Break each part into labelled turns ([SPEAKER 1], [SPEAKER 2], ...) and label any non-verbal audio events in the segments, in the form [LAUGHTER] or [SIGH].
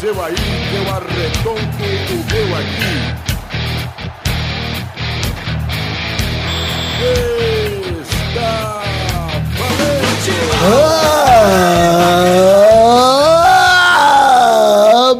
[SPEAKER 1] seu aí, eu arredonto o meu aqui. Está valente!
[SPEAKER 2] Ah,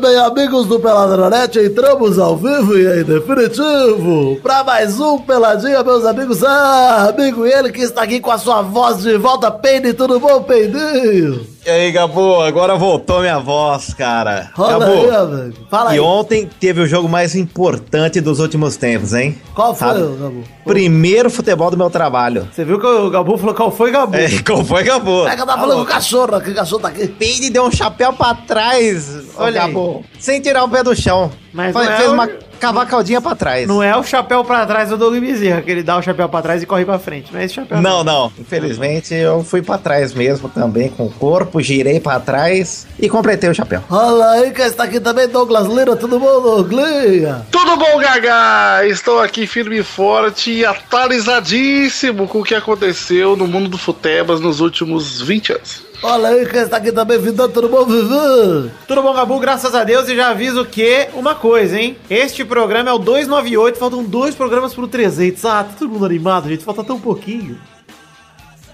[SPEAKER 2] Bem, amigos do Peladronete, entramos ao vivo e em definitivo para mais um Peladinha, meus amigos. Ah, amigo, ele que está aqui com a sua voz de volta, Peide, tudo bom, Peidinho?
[SPEAKER 3] E aí, Gabo, agora voltou minha voz, cara.
[SPEAKER 2] Rola aí,
[SPEAKER 3] Gabo,
[SPEAKER 2] amigo. Fala aí.
[SPEAKER 3] e ontem teve o jogo mais importante dos últimos tempos, hein?
[SPEAKER 4] Ah,
[SPEAKER 2] Qual foi,
[SPEAKER 3] Sabe?
[SPEAKER 2] Gabu?
[SPEAKER 3] Primeiro futebol do meu trabalho.
[SPEAKER 2] Você viu que o Gabu falou qual foi, Gabu?
[SPEAKER 3] É, qual foi, Gabo?
[SPEAKER 2] É que eu tava falando com o cachorro, que o cachorro tá aqui.
[SPEAKER 3] Pede deu um chapéu pra trás,
[SPEAKER 4] Ô,
[SPEAKER 3] olha
[SPEAKER 4] Gabo.
[SPEAKER 3] aí, sem tirar o pé do chão.
[SPEAKER 4] Mas
[SPEAKER 3] Faz-
[SPEAKER 4] não é
[SPEAKER 3] fez
[SPEAKER 4] o-
[SPEAKER 3] uma cavacaldinha pra trás.
[SPEAKER 4] Não é o chapéu pra trás do Doug Bezerra, que ele dá o chapéu pra trás e corre pra frente. Não é esse chapéu.
[SPEAKER 3] Não, não. Infelizmente, eu fui pra trás mesmo também com o corpo, girei pra trás e completei o chapéu.
[SPEAKER 2] Rola aí, que está aqui também, Douglas Lira, tudo bom, Douglas?
[SPEAKER 5] Tudo bom, Gagá? Estou aqui firme e forte e atualizadíssimo com o que aconteceu no mundo do Futebas nos últimos 20 anos.
[SPEAKER 2] Olha aí, que está aqui também, Vidão, tudo bom, Vivi?
[SPEAKER 4] Tudo bom, Gabu? Graças a Deus. E já aviso que uma coisa, hein? Este programa é o 298. Faltam dois programas pro 300. Ah, tá todo mundo animado, gente. Falta tão pouquinho.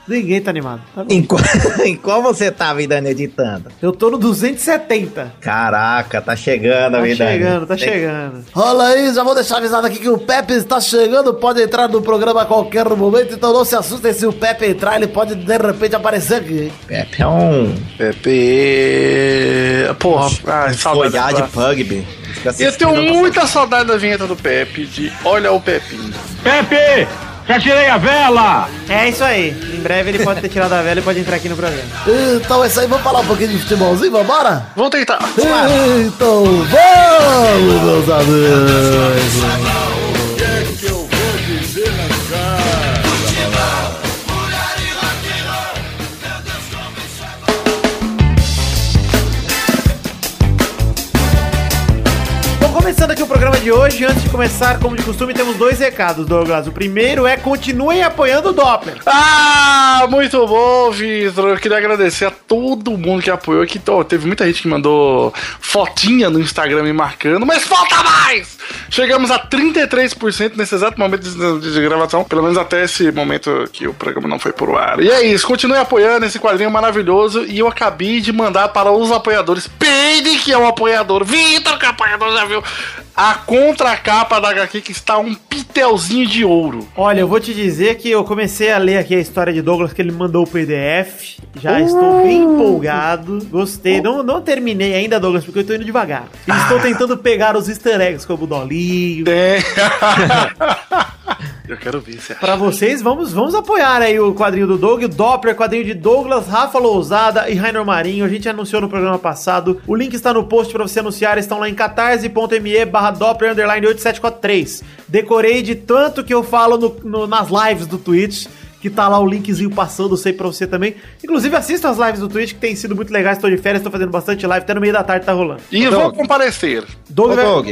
[SPEAKER 4] Ninguém tá animado. Tá bom.
[SPEAKER 3] Em qual, [LAUGHS] em qual você tá, Vidani, editando?
[SPEAKER 4] Eu tô no 270.
[SPEAKER 3] Caraca, tá chegando,
[SPEAKER 4] Tá
[SPEAKER 3] Vidani.
[SPEAKER 4] chegando, tá
[SPEAKER 3] Tem-
[SPEAKER 4] chegando.
[SPEAKER 2] Rola aí, já vou deixar avisado aqui que o Pepe está chegando, pode entrar no programa a qualquer momento, então não se assustem se o Pepe entrar, ele pode de repente aparecer aqui. hein?
[SPEAKER 3] Pepe é um
[SPEAKER 5] Pepe. Porra, ai, saudade.
[SPEAKER 3] olhar de
[SPEAKER 5] da-
[SPEAKER 3] pugby. Fica
[SPEAKER 5] Eu
[SPEAKER 3] assistindo
[SPEAKER 5] tenho
[SPEAKER 3] a nossa-
[SPEAKER 5] muita saudade da vinheta do Pepe, de Olha o Pepinho.
[SPEAKER 6] Pepe, já tirei a vela!
[SPEAKER 4] É isso aí. Em breve ele pode ter tirado a vela e pode entrar aqui no programa.
[SPEAKER 2] Então é isso aí, vamos falar um pouquinho de futebolzinho, vambora?
[SPEAKER 5] Vamos tentar.
[SPEAKER 2] Então vamos, meus amigos!
[SPEAKER 1] O que é que eu vou dizer na cara?
[SPEAKER 4] Bom, começando aqui o programa de hoje, antes de começar, como de costume, temos dois recados, Douglas. O primeiro é continuem apoiando o Doppler.
[SPEAKER 5] Ah, muito bom, Vitor. Eu queria agradecer a todo mundo que apoiou aqui. Então, teve muita gente que mandou fotinha no Instagram me marcando, mas falta mais! Chegamos a 33% nesse exato momento de, de- de gravação, pelo menos até esse momento que o programa não foi pro ar. E é isso, continue apoiando esse quadrinho maravilhoso e eu acabei de mandar para os apoiadores. Peide, que é um apoiador. Vitor, que é apoiador, já viu? A contracapa da HQ que está um pitelzinho de ouro.
[SPEAKER 4] Olha, eu vou te dizer que eu comecei a ler aqui a história de Douglas, que ele mandou o PDF. Já
[SPEAKER 2] Uh!
[SPEAKER 4] estou bem empolgado. Gostei. Não, não terminei ainda, Douglas, porque eu estou indo devagar. E estou tentando pegar os easter eggs, como o Dolinho. [LAUGHS]
[SPEAKER 5] Tem. Eu quero ver, é. você acha?
[SPEAKER 4] Pra vocês, vamos, vamos apoiar aí o quadrinho do Doug, o Doppler, quadrinho de Douglas, Rafa Lousada e Rainer Marinho. A gente anunciou no programa passado. O link está no post pra você anunciar. Estão lá em catarse.me barra Doppler underline 8743. Decorei de tanto que eu falo no- no- nas lives do Twitch. Que tá lá o linkzinho passando, sei pra você também. Inclusive, assista as lives do Twitch, que tem sido muito legais. Estou de férias, estou fazendo bastante live, até no meio da tarde tá rolando.
[SPEAKER 5] E
[SPEAKER 3] Ô,
[SPEAKER 5] vou
[SPEAKER 3] Doug.
[SPEAKER 5] comparecer. Hum.
[SPEAKER 3] Ô,
[SPEAKER 4] Doug, vai-
[SPEAKER 3] Doug,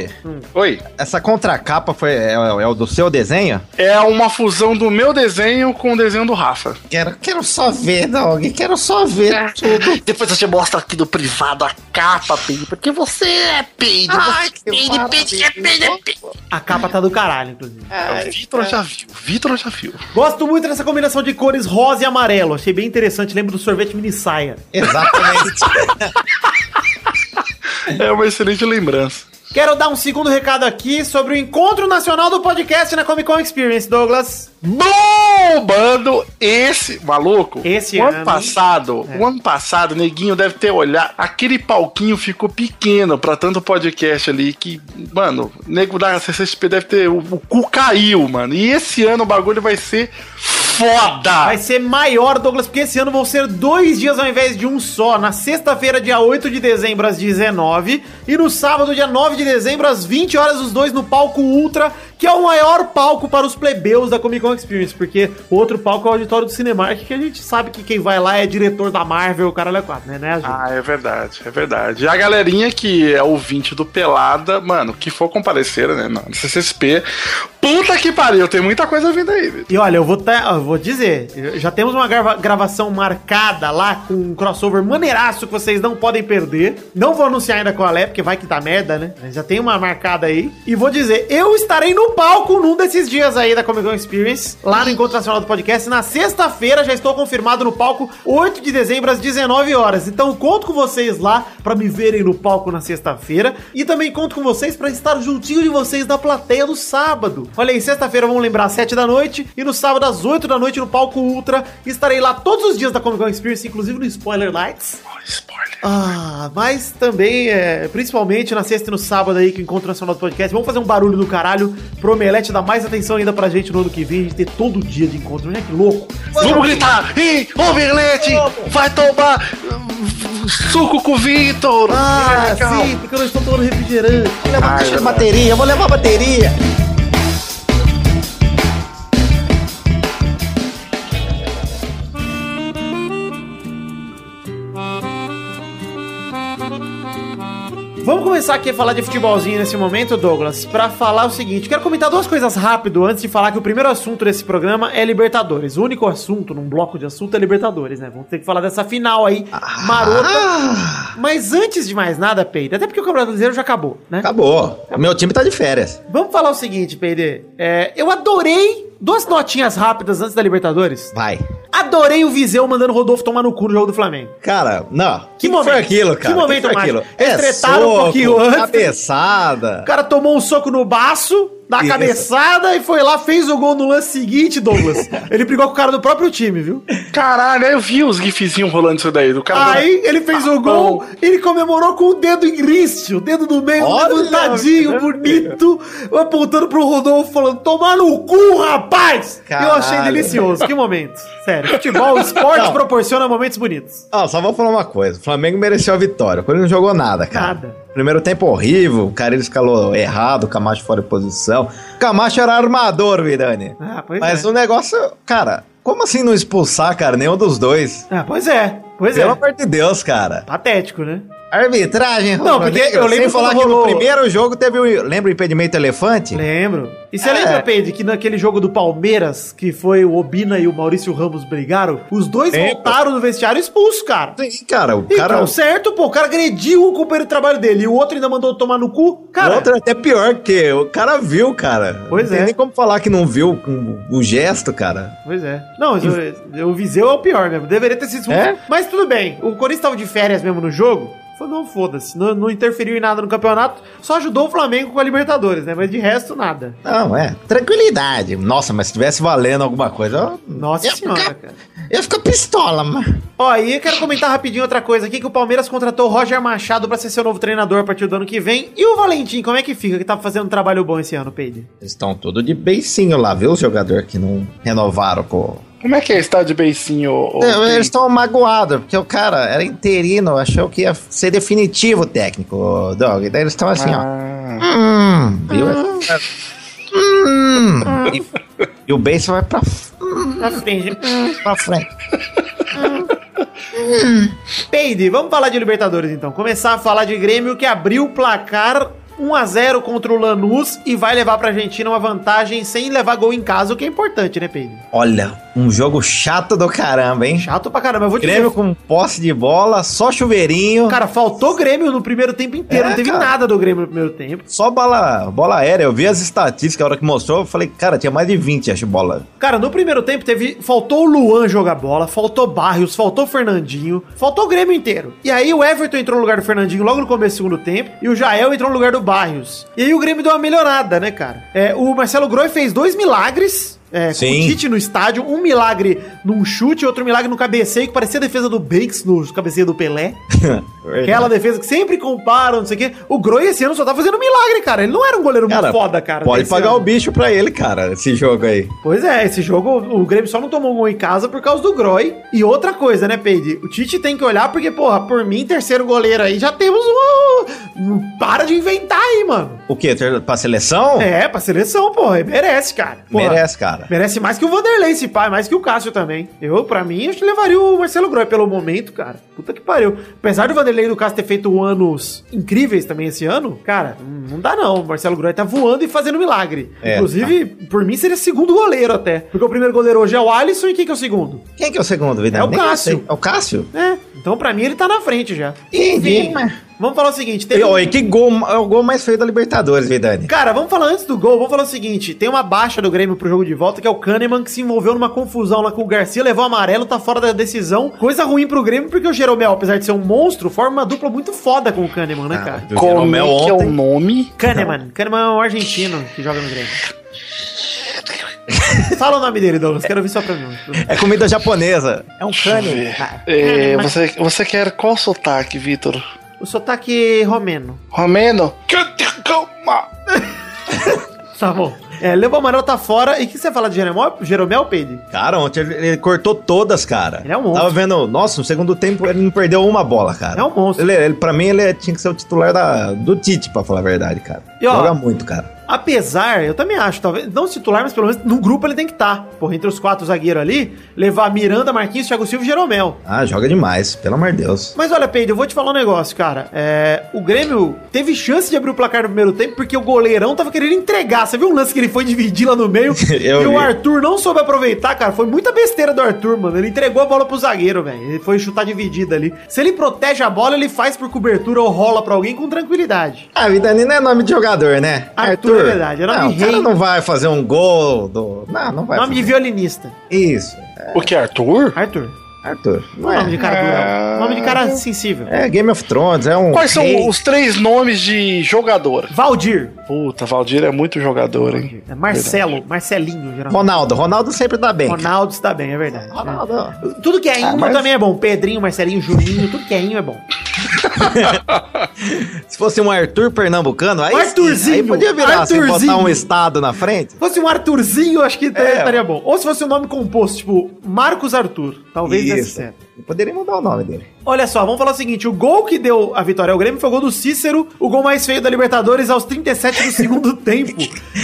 [SPEAKER 5] Oi.
[SPEAKER 3] essa contracapa foi, é, é o do seu desenho?
[SPEAKER 5] É uma fusão do meu desenho com o desenho do Rafa.
[SPEAKER 3] Quero, quero só ver, Doug, quero só
[SPEAKER 4] É.
[SPEAKER 3] ver tudo.
[SPEAKER 5] Depois eu te mostro aqui do privado a capa, Pedro. Porque você é Pedro. Ai, você é Pedro, Pedro, é Pedro,
[SPEAKER 4] a capa tá do caralho, inclusive.
[SPEAKER 5] O Vitor já viu. O Vitor já viu.
[SPEAKER 4] Gosto muito dessa combinação de cores rosa e amarelo. Achei bem interessante. Lembro do sorvete mini saia.
[SPEAKER 3] Exatamente.
[SPEAKER 5] É uma excelente lembrança.
[SPEAKER 4] Quero dar um segundo recado aqui sobre o encontro nacional do podcast na Comic Con Experience, Douglas.
[SPEAKER 5] Bombando esse maluco.
[SPEAKER 4] Esse
[SPEAKER 5] o
[SPEAKER 4] ano.
[SPEAKER 5] ano passado,
[SPEAKER 4] É.
[SPEAKER 5] o ano passado, neguinho deve ter olhado. Aquele palquinho ficou pequeno pra tanto podcast ali que, mano, o nego da CCXP deve ter. O, o cu caiu, mano. E esse ano o bagulho vai ser foda.
[SPEAKER 4] Vai ser maior, Douglas, porque esse ano vão ser dois dias ao invés de um só. Na sexta-feira, dia 8 de dezembro, às 19 E no sábado, dia 9 de dezembro, às 20 horas, os dois no palco Ultra, que é o maior palco para os plebeus da Comic Con Experience, porque o outro palco é o auditório do Cinemark, que a gente sabe que quem vai lá é diretor da Marvel, o caralho é quatro, né, né, gente?
[SPEAKER 5] Ah, é verdade, é verdade. E a galerinha que é ouvinte do Pelada, mano, que for comparecer, né, mano, CCSP, puta que pariu, tem muita coisa vindo aí, velho.
[SPEAKER 4] E olha, eu vou, tá- eu vou dizer, já temos uma grava- gravação marcada lá com um crossover maneiraço que vocês não podem perder. Não vou anunciar ainda qual é, porque vai que dá merda, né? Mas já tem uma marcada aí. E vou dizer, eu estarei no palco num desses dias aí da Comic Con Experience, lá no Encontro Nacional do Podcast. Na sexta-feira já estou confirmado no palco, 8 de dezembro, às 19 horas. Então conto com vocês lá pra me verem no palco na sexta-feira. E também conto com vocês pra estar juntinho de vocês na plateia do sábado. Olha aí, sexta-feira vamos lembrar às 7 da noite e no sábado às 8 da noite no palco Ultra. Estarei lá todos os dias da Comic Con Experience, inclusive no Spoiler Nights.
[SPEAKER 5] Oh, spoiler.
[SPEAKER 4] Ah, mas também, é, principalmente na sexta e no sábado aí, que é o Encontro Nacional do Podcast, vamos fazer um barulho do caralho pro Omelete dar mais atenção ainda pra gente no ano que vem, a gente ter todo dia de encontro, né? Que louco!
[SPEAKER 5] Vamos gritar! Ih, Overlete! Vai tomar uh, suco com o Vitor! né?
[SPEAKER 4] Ah,
[SPEAKER 5] Legal.
[SPEAKER 4] sim, porque eu não estou tomando refrigerante.
[SPEAKER 3] Levar,
[SPEAKER 5] Ai,
[SPEAKER 3] deixa de
[SPEAKER 5] verdade.
[SPEAKER 3] bateria, eu vou levar a bateria.
[SPEAKER 4] Vamos começar aqui a falar de futebolzinho nesse momento, Douglas, pra falar o seguinte. Quero comentar duas coisas rápido antes de falar que o primeiro assunto desse programa é Libertadores. O único assunto num bloco de assunto é Libertadores, né? Vamos ter que falar dessa final aí, marota. Mas antes de mais nada, Peide, até porque o Campeonato Brasileiro já acabou, né?
[SPEAKER 3] Acabou. O meu time tá de férias.
[SPEAKER 4] Vamos falar o seguinte, Peide. É, eu adorei duas notinhas rápidas antes da Libertadores.
[SPEAKER 3] Vai.
[SPEAKER 4] Adorei o Viseu mandando o Rodolfo tomar no cu no jogo do Flamengo.
[SPEAKER 3] Cara, não.
[SPEAKER 4] Que
[SPEAKER 3] Que,
[SPEAKER 4] momento?
[SPEAKER 3] foi aquilo,
[SPEAKER 4] Que
[SPEAKER 3] cara?
[SPEAKER 4] momento
[SPEAKER 3] foi
[SPEAKER 4] mágico?
[SPEAKER 3] aquilo? É
[SPEAKER 4] Eles tretaram um
[SPEAKER 3] soco,
[SPEAKER 4] pouquinho antes.
[SPEAKER 3] Cabeçada.
[SPEAKER 4] O cara tomou um soco no baço, da
[SPEAKER 3] Isso.
[SPEAKER 4] cabeçada e foi lá, fez É o gol no lance seguinte, Douglas. ele brigou com o cara do próprio time, viu?
[SPEAKER 5] Caralho, eu vi os gifzinhos rolando isso daí. Do Ah, cara
[SPEAKER 4] Aí ele fez o gol, ele comemorou com o dedo em riste, o dedo do meio um
[SPEAKER 3] Olha,
[SPEAKER 4] levantadinho,
[SPEAKER 3] meu
[SPEAKER 4] bonito, apontando pro Rodolfo, falando: tomar no cu, rapaz! Eu achei
[SPEAKER 3] Caralho.
[SPEAKER 4] delicioso, que momento. Sério, futebol, esporte
[SPEAKER 3] Não.
[SPEAKER 4] proporciona momentos bonitos.
[SPEAKER 3] Ó, só vou falar uma coisa. O Flamengo mereceu a vitória. O Corinthians não jogou nada, cara.
[SPEAKER 4] Nada.
[SPEAKER 3] Primeiro tempo horrível, o Carille escalou errado, o Camacho fora de posição. O Camacho era armador, Virani.
[SPEAKER 4] Ah, pois
[SPEAKER 3] Mas
[SPEAKER 4] é.
[SPEAKER 3] o negócio, cara, como assim não expulsar, cara, nenhum dos dois?
[SPEAKER 4] Ah, pois é, pois
[SPEAKER 3] Pelo
[SPEAKER 4] é.
[SPEAKER 3] amor de Deus, cara.
[SPEAKER 4] Patético, né?
[SPEAKER 3] Arbitragem,
[SPEAKER 4] Não, porque
[SPEAKER 3] rubro-negra,
[SPEAKER 4] eu lembro
[SPEAKER 3] né, Sem falar
[SPEAKER 4] quando
[SPEAKER 3] que no
[SPEAKER 4] rolou-
[SPEAKER 3] primeiro jogo teve o. Lembra o impedimento elefante?
[SPEAKER 4] Lembro. E você
[SPEAKER 3] É.
[SPEAKER 4] lembra, Pedro, que naquele jogo do Palmeiras, que foi o Obina e o Maurício Ramos brigaram, os dois
[SPEAKER 3] Lembro.
[SPEAKER 4] voltaram do vestiário expulso, cara.
[SPEAKER 3] Sim, cara, o
[SPEAKER 4] E
[SPEAKER 3] cara.
[SPEAKER 4] deu certo, pô. O cara agrediu o companheiro de trabalho dele e o outro ainda mandou tomar no cu. Cara,
[SPEAKER 3] o outro é até pior, porque o cara viu, cara.
[SPEAKER 4] Pois
[SPEAKER 3] não
[SPEAKER 4] é.
[SPEAKER 3] Tem nem como falar que não viu com o gesto, cara.
[SPEAKER 4] Pois é. Não, mas o- o Viseu é o pior mesmo. Deveria ter sido.
[SPEAKER 3] É?
[SPEAKER 4] Mas tudo bem. O Corinthians estava de férias mesmo no jogo. Falou, não, foda-se. Não, não interferiu em nada no campeonato. Só ajudou o Flamengo com a Libertadores, né? Mas de resto, nada.
[SPEAKER 3] Não, é. Tranquilidade. Nossa, mas se tivesse valendo alguma coisa. eu-
[SPEAKER 4] Nossa
[SPEAKER 3] eu ia
[SPEAKER 4] senhora,
[SPEAKER 3] ficar-
[SPEAKER 4] cara.
[SPEAKER 3] Eu ia ficar pistola, mano.
[SPEAKER 4] Ó, e eu quero comentar rapidinho outra coisa aqui, que o Palmeiras contratou o Roger Machado pra ser seu novo treinador a partir do ano que vem. E o Valentim, como é que fica, que tá fazendo um trabalho bom esse ano, Peide?
[SPEAKER 3] Eles estão tudo de beicinho lá, viu? Os jogadores que não renovaram com.
[SPEAKER 5] Como é que é esse tal de beicinho? ô- ô-
[SPEAKER 3] Não, eles estão magoados, porque o cara era interino, achou que ia ser definitivo o técnico, ô, Dog. Daí eles estão assim, ó.
[SPEAKER 5] Ah,
[SPEAKER 3] Hum, viu?
[SPEAKER 4] Ah.
[SPEAKER 3] Hum. E, e o beijo vai pra, f-
[SPEAKER 4] Pra Tá frente.
[SPEAKER 3] pra frente.
[SPEAKER 4] Peide, vamos falar de Libertadores então. Começar a falar de Grêmio que abriu o placar 1 a 0 contra o Lanús e vai levar pra Argentina uma vantagem sem levar gol em casa, o que é importante, né, Peide?
[SPEAKER 3] Olha, um jogo chato do caramba, hein?
[SPEAKER 4] Chato pra caramba, eu vou te
[SPEAKER 3] Grêmio
[SPEAKER 4] dizer.
[SPEAKER 3] com posse de bola, só chuveirinho,
[SPEAKER 4] Cara, faltou Grêmio no primeiro tempo inteiro,
[SPEAKER 3] É,
[SPEAKER 4] não teve
[SPEAKER 3] cara.
[SPEAKER 4] nada do Grêmio no primeiro tempo.
[SPEAKER 3] só bola, bola aérea. Eu vi as estatísticas, a hora que mostrou, eu falei, cara, tinha mais de 20, acho, bola.
[SPEAKER 4] Cara, no primeiro tempo teve. Faltou o Luan jogar bola, faltou Barrios, faltou o Fernandinho, faltou o Grêmio inteiro. E aí o Everton entrou no lugar do Fernandinho logo no começo do segundo tempo, e o Jael entrou no lugar do Barrios. E aí o Grêmio deu uma melhorada, né, cara? É, o Marcelo Groi fez dois milagres. É, com
[SPEAKER 3] Sim.
[SPEAKER 4] o Tite no estádio, um milagre num chute, outro milagre no cabeceio, que parecia a defesa do Banks no cabeceio do Pelé.
[SPEAKER 3] [LAUGHS]
[SPEAKER 4] Aquela defesa que sempre comparam, não sei o quê. O Groi esse ano só tá fazendo milagre, cara. Ele não era um goleiro
[SPEAKER 3] Cara,
[SPEAKER 4] muito foda, cara. né?
[SPEAKER 3] Pode
[SPEAKER 4] desse
[SPEAKER 3] pagar
[SPEAKER 4] ano.
[SPEAKER 3] o bicho pra ele, cara, esse jogo aí.
[SPEAKER 4] Pois é, esse jogo o Grêmio só não tomou um gol em casa por causa do Groy. E outra coisa, né, Peide? O Tite tem que olhar porque, porra, por mim, terceiro goleiro aí, já temos um, Para de inventar aí, mano.
[SPEAKER 3] O quê? Ter- Pra seleção?
[SPEAKER 4] É, pra seleção, porra. ele Merece, cara. Porra,
[SPEAKER 3] Merece, cara.
[SPEAKER 4] Merece mais que o Vanderlei, esse pai, mais que o Cássio também. Eu, pra mim, acho que levaria o Marcelo Groy pelo momento, cara. Puta que pariu. Apesar do Vanderlei e do Cássio ter feito anos incríveis também esse ano, cara, hum, não dá não. O Marcelo Groy tá voando e fazendo milagre.
[SPEAKER 3] É,
[SPEAKER 4] Inclusive, por mim, seria segundo goleiro até. Porque o primeiro goleiro hoje é o Alisson e quem que é o segundo?
[SPEAKER 3] Quem que é o segundo, Vidal?
[SPEAKER 4] É o
[SPEAKER 3] Nem
[SPEAKER 4] Cássio.
[SPEAKER 3] sei. É o Cássio?
[SPEAKER 4] É, então pra mim ele tá na frente já.
[SPEAKER 3] Enfim, mas...
[SPEAKER 4] Vamos falar o seguinte,
[SPEAKER 3] E,
[SPEAKER 4] teve... um
[SPEAKER 3] ó, e que gol, é o gol mais feio da Libertadores, Vidani.
[SPEAKER 4] Cara, vamos falar antes do gol, vamos falar o seguinte: tem uma baixa do Grêmio pro jogo de volta, que é o Kahneman, que se envolveu numa confusão lá com o Garcia, levou amarelo, tá fora da decisão. Coisa ruim pro Grêmio, porque o Jeromel, apesar de ser um monstro, forma uma dupla muito foda com o Kahneman, né, cara?
[SPEAKER 5] Como é
[SPEAKER 3] Ah, Jeromel
[SPEAKER 5] que é o
[SPEAKER 3] ontem.
[SPEAKER 5] nome?
[SPEAKER 4] Kahneman. Kahneman é um argentino que joga no [LAUGHS] Grêmio. Fala o nome dele, Douglas, quero ouvir só pra mim.
[SPEAKER 3] É comida japonesa.
[SPEAKER 4] É um Kahneman. cara.
[SPEAKER 5] É,
[SPEAKER 4] Kahneman.
[SPEAKER 5] você, você quer qual sotaque, Vitor?
[SPEAKER 4] O sotaque romeno.
[SPEAKER 5] Romeno?
[SPEAKER 4] [LAUGHS] Tá bom. É, levou amarelo, tá fora. E o que você fala de Jeromel, Jeromel Pedro?
[SPEAKER 3] Cara, ontem ele, ele cortou todas, cara.
[SPEAKER 4] Ele é um monstro.
[SPEAKER 3] Tava vendo, nossa, no segundo tempo ele não perdeu uma bola, cara.
[SPEAKER 4] É um monstro.
[SPEAKER 3] Ele, ele, pra mim, ele é- tinha que ser o titular da, do Tite, pra falar a verdade, cara.
[SPEAKER 4] E, ó,
[SPEAKER 3] Joga muito, cara.
[SPEAKER 4] Apesar, eu também acho, talvez, não titular, mas pelo menos no grupo ele tem que estar. Porra, entre os quatro zagueiros ali, levar Miranda, Marquinhos, Thiago Silva e Jeromel.
[SPEAKER 3] Ah, joga demais, pelo amor de Deus.
[SPEAKER 4] Mas olha, Pedro, eu vou te falar um negócio, cara. É, o Grêmio teve chance de abrir o placar no primeiro tempo porque o goleirão tava querendo entregar. Você viu um lance que ele foi dividir lá no meio
[SPEAKER 3] [LAUGHS] Eu
[SPEAKER 4] e
[SPEAKER 3] vi.
[SPEAKER 4] o Arthur não soube aproveitar, cara. Foi muita besteira do Arthur, mano. Ele entregou a bola pro zagueiro, velho. Ele foi chutar dividida ali. Se ele protege a bola, ele faz por cobertura ou rola pra alguém com tranquilidade.
[SPEAKER 3] Ah, Vidani não é nome de jogador, né?
[SPEAKER 4] Arthur, é verdade, é nome
[SPEAKER 3] não,
[SPEAKER 4] de
[SPEAKER 3] o cara
[SPEAKER 4] rei.
[SPEAKER 3] não vai fazer um gol do... Não, não vai
[SPEAKER 4] Nome de
[SPEAKER 3] fazer.
[SPEAKER 4] violinista.
[SPEAKER 3] Isso,
[SPEAKER 5] O que, Arthur?
[SPEAKER 4] Arthur.
[SPEAKER 3] Arthur. Não
[SPEAKER 4] Não é nome
[SPEAKER 3] é.
[SPEAKER 4] de cara durão. Nome de cara sensível.
[SPEAKER 3] é Game of Thrones, é um
[SPEAKER 5] Quais são
[SPEAKER 3] rei.
[SPEAKER 5] os três nomes de jogador?
[SPEAKER 4] Valdir.
[SPEAKER 5] Puta, Valdir é muito jogador, hein?
[SPEAKER 4] É Marcelo. Marcelinho, geralmente.
[SPEAKER 3] Ronaldo, Ronaldo sempre dá bem.
[SPEAKER 4] Ronaldo está bem, é verdade.
[SPEAKER 3] Ronaldo.
[SPEAKER 4] É. Tudo que é Inho
[SPEAKER 3] Ah, mas-
[SPEAKER 4] também é bom. Pedrinho, Marcelinho, Juninho, tudo que é Inho é bom.
[SPEAKER 3] Se fosse um Arthur pernambucano, aí, sim,
[SPEAKER 4] Arthurzinho,
[SPEAKER 3] aí podia virar, assim,
[SPEAKER 4] Arthurzinho.
[SPEAKER 3] botar um estado na frente.
[SPEAKER 4] Se fosse um Arthurzinho, acho que também
[SPEAKER 3] É.
[SPEAKER 4] estaria bom. Ou se fosse um nome composto, tipo Marcos Arthur. Talvez desse
[SPEAKER 3] Isso.
[SPEAKER 4] certo.
[SPEAKER 3] Eu poderia mudar o nome dele.
[SPEAKER 4] Olha só, vamos falar o seguinte: o gol que deu a vitória ao Grêmio foi o gol do Cícero, o gol mais feio da Libertadores aos 37 do
[SPEAKER 3] [LAUGHS]
[SPEAKER 4] segundo tempo.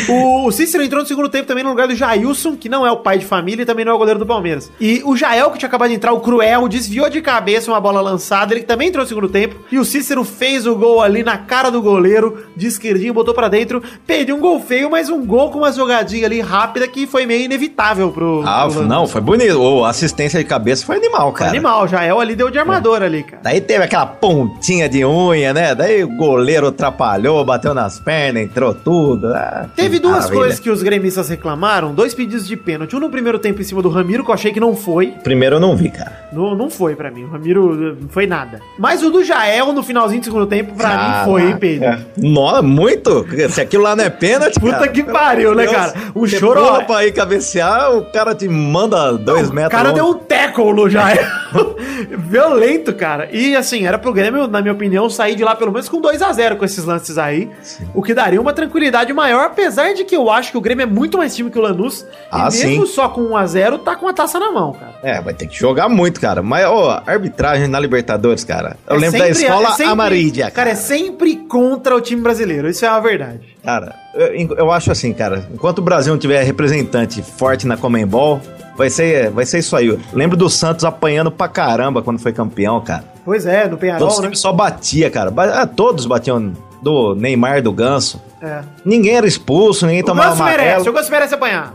[SPEAKER 4] O, o Cícero entrou no segundo tempo também no lugar do Jailson, que não é o pai de família e também não é o goleiro do Palmeiras. E o Jael, que tinha acabado de entrar, o Cruel, desviou de cabeça uma bola lançada, ele também entrou no segundo tempo. E o Cícero fez o gol ali na cara do goleiro, de esquerdinho, botou pra dentro. Perdeu um gol feio, mas um gol com uma jogadinha ali rápida que foi meio inevitável pro.
[SPEAKER 3] Ah,
[SPEAKER 4] pro
[SPEAKER 3] não, foi bonito. Ô, A assistência de cabeça foi animal, cara.
[SPEAKER 4] Animal, é o Jael ali deu de armador ali, cara.
[SPEAKER 3] Daí teve aquela pontinha de unha, né? Daí o goleiro atrapalhou, bateu nas pernas, entrou tudo. Ah,
[SPEAKER 4] Teve
[SPEAKER 3] que
[SPEAKER 4] duas
[SPEAKER 3] maravilha.
[SPEAKER 4] coisas que os gremistas reclamaram, dois pedidos de pênalti. Um no primeiro tempo em cima do Ramiro, que eu achei que não foi.
[SPEAKER 3] Primeiro eu não vi, cara.
[SPEAKER 4] Não, não foi pra mim. O Ramiro eh, não foi nada. Mas o do Jael no finalzinho do segundo tempo, pra mim
[SPEAKER 3] tá.
[SPEAKER 4] foi, hein, Pedro?
[SPEAKER 3] Ah, É. Nossa, muito? Se aquilo lá não é pênalti,
[SPEAKER 4] Puta
[SPEAKER 3] cara,
[SPEAKER 4] que
[SPEAKER 3] pelo
[SPEAKER 4] pariu,
[SPEAKER 3] amor de
[SPEAKER 4] né,
[SPEAKER 3] Deus.
[SPEAKER 4] cara? O
[SPEAKER 3] Você
[SPEAKER 4] choro-
[SPEAKER 3] pula pra ir cabecear, o cara te manda dois
[SPEAKER 4] O
[SPEAKER 3] metros
[SPEAKER 4] cara
[SPEAKER 3] longe. É,
[SPEAKER 4] deu um tackle no Jael. Violento, cara. E assim, era pro Grêmio, na minha opinião, sair de lá pelo menos com 2 a 0 com esses lances aí. O que daria uma tranquilidade maior, apesar de que eu acho que o Grêmio é muito mais time que o Lanús.
[SPEAKER 3] Ah,
[SPEAKER 4] e mesmo
[SPEAKER 3] sim.
[SPEAKER 4] só com 1 a 0 tá com a taça na mão, cara.
[SPEAKER 3] É, vai ter que jogar muito, cara. Mas, ó, arbitragem na Libertadores, cara. Eu
[SPEAKER 4] É
[SPEAKER 3] lembro da
[SPEAKER 4] sempre-
[SPEAKER 3] escola
[SPEAKER 4] é sempre-
[SPEAKER 3] Amarídia,
[SPEAKER 4] Cara, é sempre contra o time brasileiro. Isso é uma verdade.
[SPEAKER 3] Cara, eu, eu acho assim, cara. Enquanto o Brasil não tiver representante forte na Comembol, vai ser, vai ser isso aí. Eu lembro do Santos apanhando pra caramba quando foi campeão, cara.
[SPEAKER 4] Pois é, no
[SPEAKER 3] Então
[SPEAKER 4] Penharol,
[SPEAKER 3] o
[SPEAKER 4] né?
[SPEAKER 3] time só batia, cara. Ba- ah, todos batiam do Neymar, do Ganso.
[SPEAKER 4] É.
[SPEAKER 3] Ninguém era expulso, ninguém
[SPEAKER 4] O
[SPEAKER 3] tomava
[SPEAKER 4] Ganso
[SPEAKER 3] um amarelo.
[SPEAKER 4] merece, o Ganso merece apanhar.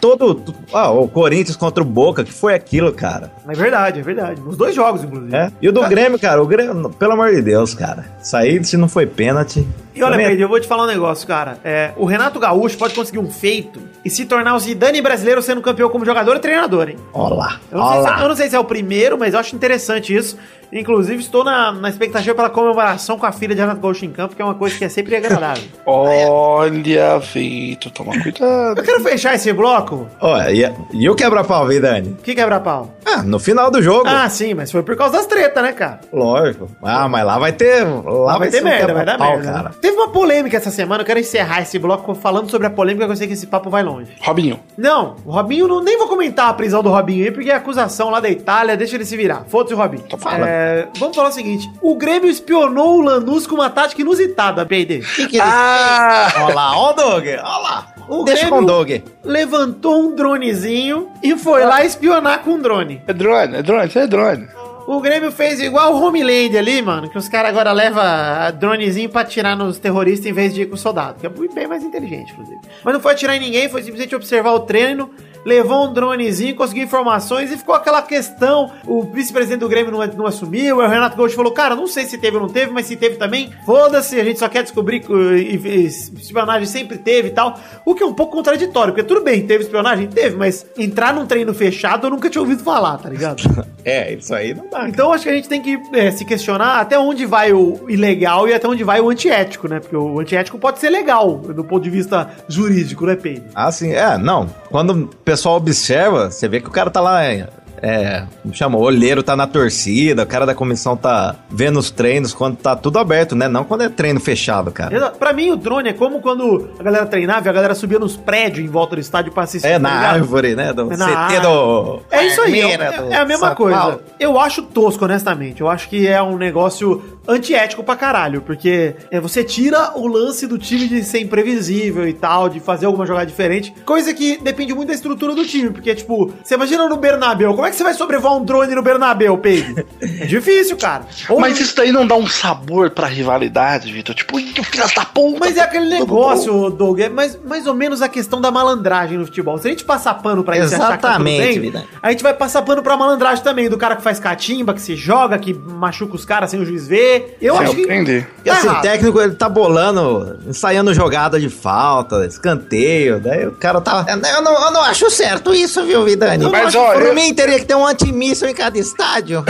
[SPEAKER 3] Todo, ah, o Corinthians contra o Boca, que foi aquilo, cara.
[SPEAKER 4] É verdade, é verdade. Nos dois jogos, inclusive.
[SPEAKER 3] É. E o
[SPEAKER 4] Tá.
[SPEAKER 3] do Grêmio, cara, o Grêmio, pelo amor de Deus, cara. Sair se não foi pênalti.
[SPEAKER 4] E olha,
[SPEAKER 3] Também- é-
[SPEAKER 4] Pedro, eu vou te falar um negócio, cara. É, o Renato Gaúcho pode conseguir um feito e se tornar o Zidane brasileiro sendo campeão como jogador e treinador, hein?
[SPEAKER 3] Ó lá,
[SPEAKER 4] Eu não,
[SPEAKER 3] ó
[SPEAKER 4] sei se, eu
[SPEAKER 3] lá.
[SPEAKER 4] não sei se é o primeiro, mas eu acho interessante isso. Inclusive, estou na, na expectativa pela comemoração com a filha de Renato Gaúcho em campo, que é uma coisa que é sempre agradável. [LAUGHS]
[SPEAKER 5] Olha, Vitor, toma cuidado.
[SPEAKER 4] eu quero fechar esse bloco.
[SPEAKER 3] Ó, e, e o quebra-pau, hein, Dani?
[SPEAKER 4] O que quebra-pau?
[SPEAKER 3] Ah, no final do jogo.
[SPEAKER 4] Ah, sim, mas foi por causa das tretas, né, cara?
[SPEAKER 3] Lógico. Ah, mas lá vai ter. Lá,
[SPEAKER 4] Vai, ter
[SPEAKER 3] ser um
[SPEAKER 4] merda, vai dar
[SPEAKER 3] quebra-pau,
[SPEAKER 4] merda. né? Teve uma polêmica essa semana, eu quero encerrar esse bloco falando sobre a polêmica, que eu sei que esse papo vai longe.
[SPEAKER 5] Robinho.
[SPEAKER 4] Não, o Robinho, não, nem vou comentar a prisão do Robinho aí, porque é acusação lá da Itália, deixa ele se virar. Foda-se o Robinho.
[SPEAKER 3] fala.
[SPEAKER 4] É, vamos falar o seguinte: o Grêmio espionou o Lanús com uma tática inusitada, PD.
[SPEAKER 3] Ah! Olha lá, ó o Doug, olha lá.
[SPEAKER 4] O
[SPEAKER 3] Deixa
[SPEAKER 4] Grêmio-
[SPEAKER 3] com o Doug.
[SPEAKER 4] Levantou um dronezinho e foi lá espionar com um drone.
[SPEAKER 5] É drone, é drone, isso é drone.
[SPEAKER 4] O Grêmio fez igual o Homeland ali, mano, que os caras agora levam dronezinho pra atirar nos terroristas em vez de ir com o soldado, que é muito bem mais inteligente, inclusive. Mas não foi atirar em ninguém, foi simplesmente observar o treino, levou um dronezinho, conseguiu informações e ficou aquela questão, o vice-presidente do Grêmio não, não assumiu, aí o Renato Gaúcho falou, cara, não sei se teve ou não teve, mas se teve também, foda-se, a gente só quer descobrir que uh, e- e- espionagem sempre teve e tal, o que é um pouco contraditório, porque tudo bem, teve espionagem? Teve, mas entrar num treino fechado eu nunca tinha ouvido falar, tá ligado?
[SPEAKER 3] [LAUGHS] É, isso aí não dá.
[SPEAKER 4] Então acho que a gente tem que é, se questionar até onde vai o ilegal e até onde vai o antiético, né? Porque o antiético pode ser legal do ponto de vista jurídico, né, Peide?
[SPEAKER 3] Ah, sim. É, não. Quando o pessoal observa, você vê que o cara tá lá. É, é, como chama? O olheiro tá na torcida, o cara da comissão tá vendo os treinos quando tá tudo aberto, né? Não quando é treino fechado, cara.
[SPEAKER 4] Exato. Pra mim, o drone é como quando a galera treinava e a galera subia nos prédios em volta do estádio pra assistir.
[SPEAKER 3] É
[SPEAKER 4] tá
[SPEAKER 3] na
[SPEAKER 4] ligado?
[SPEAKER 3] árvore, né? Do
[SPEAKER 4] É na
[SPEAKER 3] CT
[SPEAKER 4] árvore.
[SPEAKER 3] do.
[SPEAKER 4] É isso aí, é,
[SPEAKER 3] Palmeiras, do
[SPEAKER 4] é a mesma
[SPEAKER 3] São
[SPEAKER 4] coisa.
[SPEAKER 3] Paulo.
[SPEAKER 4] Eu acho tosco, honestamente. Eu acho que é um negócio antiético pra caralho, porque é, você tira o lance do time de ser imprevisível e tal, de fazer alguma jogada diferente, coisa que depende muito da estrutura do time, porque, tipo, você imagina no Bernabéu, como é que você vai sobrevoar um drone no Bernabéu, Pedro? É difícil, cara. Ou-
[SPEAKER 5] Mas isso daí não dá um sabor pra rivalidade, Vitor? Tipo, ih, o filho da puta.
[SPEAKER 4] Mas é aquele negócio, Doug, é mais, mais ou menos a questão da malandragem no futebol. Se a gente passar pano pra isso e achar que tá tudo
[SPEAKER 3] Exatamente,
[SPEAKER 4] bem,
[SPEAKER 3] vida.
[SPEAKER 4] a gente vai passar pano pra malandragem também, do cara que faz catimba, que se joga, que machuca os caras sem o juiz ver. Eu
[SPEAKER 5] É,
[SPEAKER 4] acho que...
[SPEAKER 5] entendi.
[SPEAKER 3] E assim,
[SPEAKER 4] errado.
[SPEAKER 3] o técnico ele tá bolando, ensaiando jogada de falta, escanteio, daí o cara tá. Eu não, eu não acho certo isso, viu, Vidani?
[SPEAKER 5] Mas,
[SPEAKER 3] Mas,
[SPEAKER 5] ó,
[SPEAKER 3] olha,
[SPEAKER 5] eu-
[SPEAKER 3] mim teria que ter um antimíssel em cada estádio.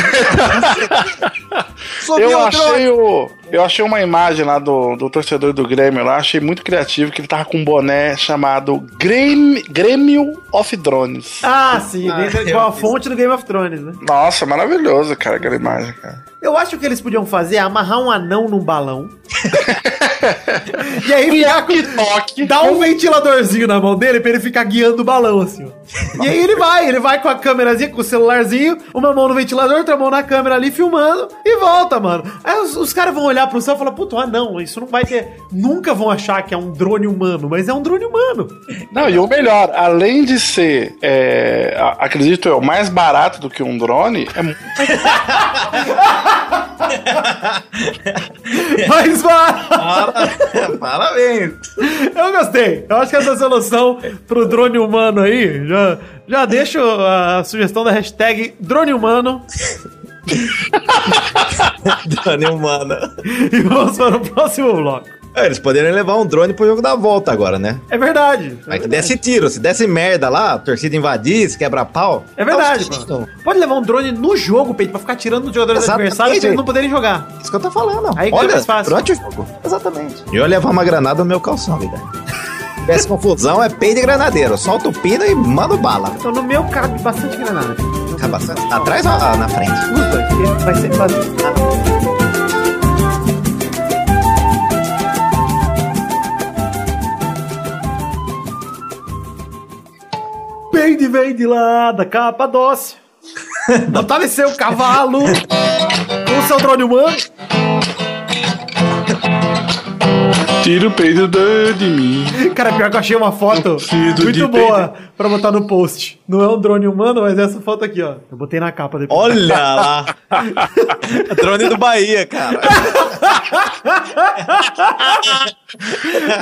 [SPEAKER 3] Subiu
[SPEAKER 5] Eu
[SPEAKER 3] o drone.
[SPEAKER 5] achei, o, eu achei uma imagem lá do, do torcedor do Grêmio lá, achei muito criativo que ele tava com um boné chamado Grêmio, Grêmio of Drones.
[SPEAKER 4] Ah, sim,
[SPEAKER 3] Ah,
[SPEAKER 4] dentro-
[SPEAKER 3] eu
[SPEAKER 4] com a
[SPEAKER 3] fiz.
[SPEAKER 4] fonte do Game of Thrones, né?
[SPEAKER 5] Nossa, maravilhoso, cara, aquela imagem, cara.
[SPEAKER 4] Eu acho que o que eles podiam fazer é amarrar um anão num balão. [LAUGHS] e aí ficar com...
[SPEAKER 5] toque.
[SPEAKER 4] Dá um ventiladorzinho na mão dele pra ele ficar guiando o balão, assim, ó. E aí ele vai, ele vai com a câmerazinha, com o celularzinho, uma mão no ventilador, outra mão na câmera ali, filmando, e volta, mano. Aí os, os caras vão olhar pro céu e falar, puto, ah não, isso não vai ter... Nunca vão achar que é um drone humano, mas é um drone humano.
[SPEAKER 5] Não, e o melhor, além de ser, é, a- acredito eu, mais barato do que um drone, é muito
[SPEAKER 4] Mas, mano,
[SPEAKER 3] Para- [LAUGHS] Parabéns.
[SPEAKER 4] eu gostei. Eu acho que essa solução pro drone humano aí, já, já deixo a sugestão da hashtag drone humano
[SPEAKER 3] [LAUGHS] Drone humano.
[SPEAKER 4] e vamos para o próximo bloco.
[SPEAKER 3] né? É, Eles poderiam levar um drone pro jogo da volta agora, né?
[SPEAKER 4] É verdade.
[SPEAKER 3] Aí que desse tiro, se desse merda lá, a torcida invadisse, quebra pau.
[SPEAKER 4] É verdade,
[SPEAKER 3] Dá uns
[SPEAKER 4] mano.
[SPEAKER 3] tiros.
[SPEAKER 4] Pode levar um drone no jogo, Peito, pra ficar tirando os jogadores
[SPEAKER 3] Exatamente.
[SPEAKER 4] adversários pra eles não poderem jogar.
[SPEAKER 3] Isso que eu tô falando.
[SPEAKER 4] Aí ganha
[SPEAKER 3] Olha,
[SPEAKER 4] É mais fácil.
[SPEAKER 3] durante o jogo. Exatamente. Eu ia levar uma granada no meu
[SPEAKER 4] [LAUGHS]
[SPEAKER 3] calção, vida. Se tivesse confusão, é peido e granadeiro. Solta o pino e manda o bala.
[SPEAKER 4] Então no meu cabe bastante é granada.
[SPEAKER 3] Acaba sendo atrás ou na frente?
[SPEAKER 4] Os dois, porque vai ser fácil. Peide vem de lá da
[SPEAKER 3] [LAUGHS]
[SPEAKER 4] Capadócia. Fortaleceu o cavalo com seu drone humano.
[SPEAKER 5] tiro o peito de, de mim.
[SPEAKER 4] Cara, pior que eu achei uma foto
[SPEAKER 5] Vestido de
[SPEAKER 4] muito boa pra botar no post. Não é um drone humano, mas é essa foto aqui, ó. Eu botei na capa depois.
[SPEAKER 3] Olha
[SPEAKER 4] [LAUGHS]
[SPEAKER 3] lá. drone do Bahia, cara.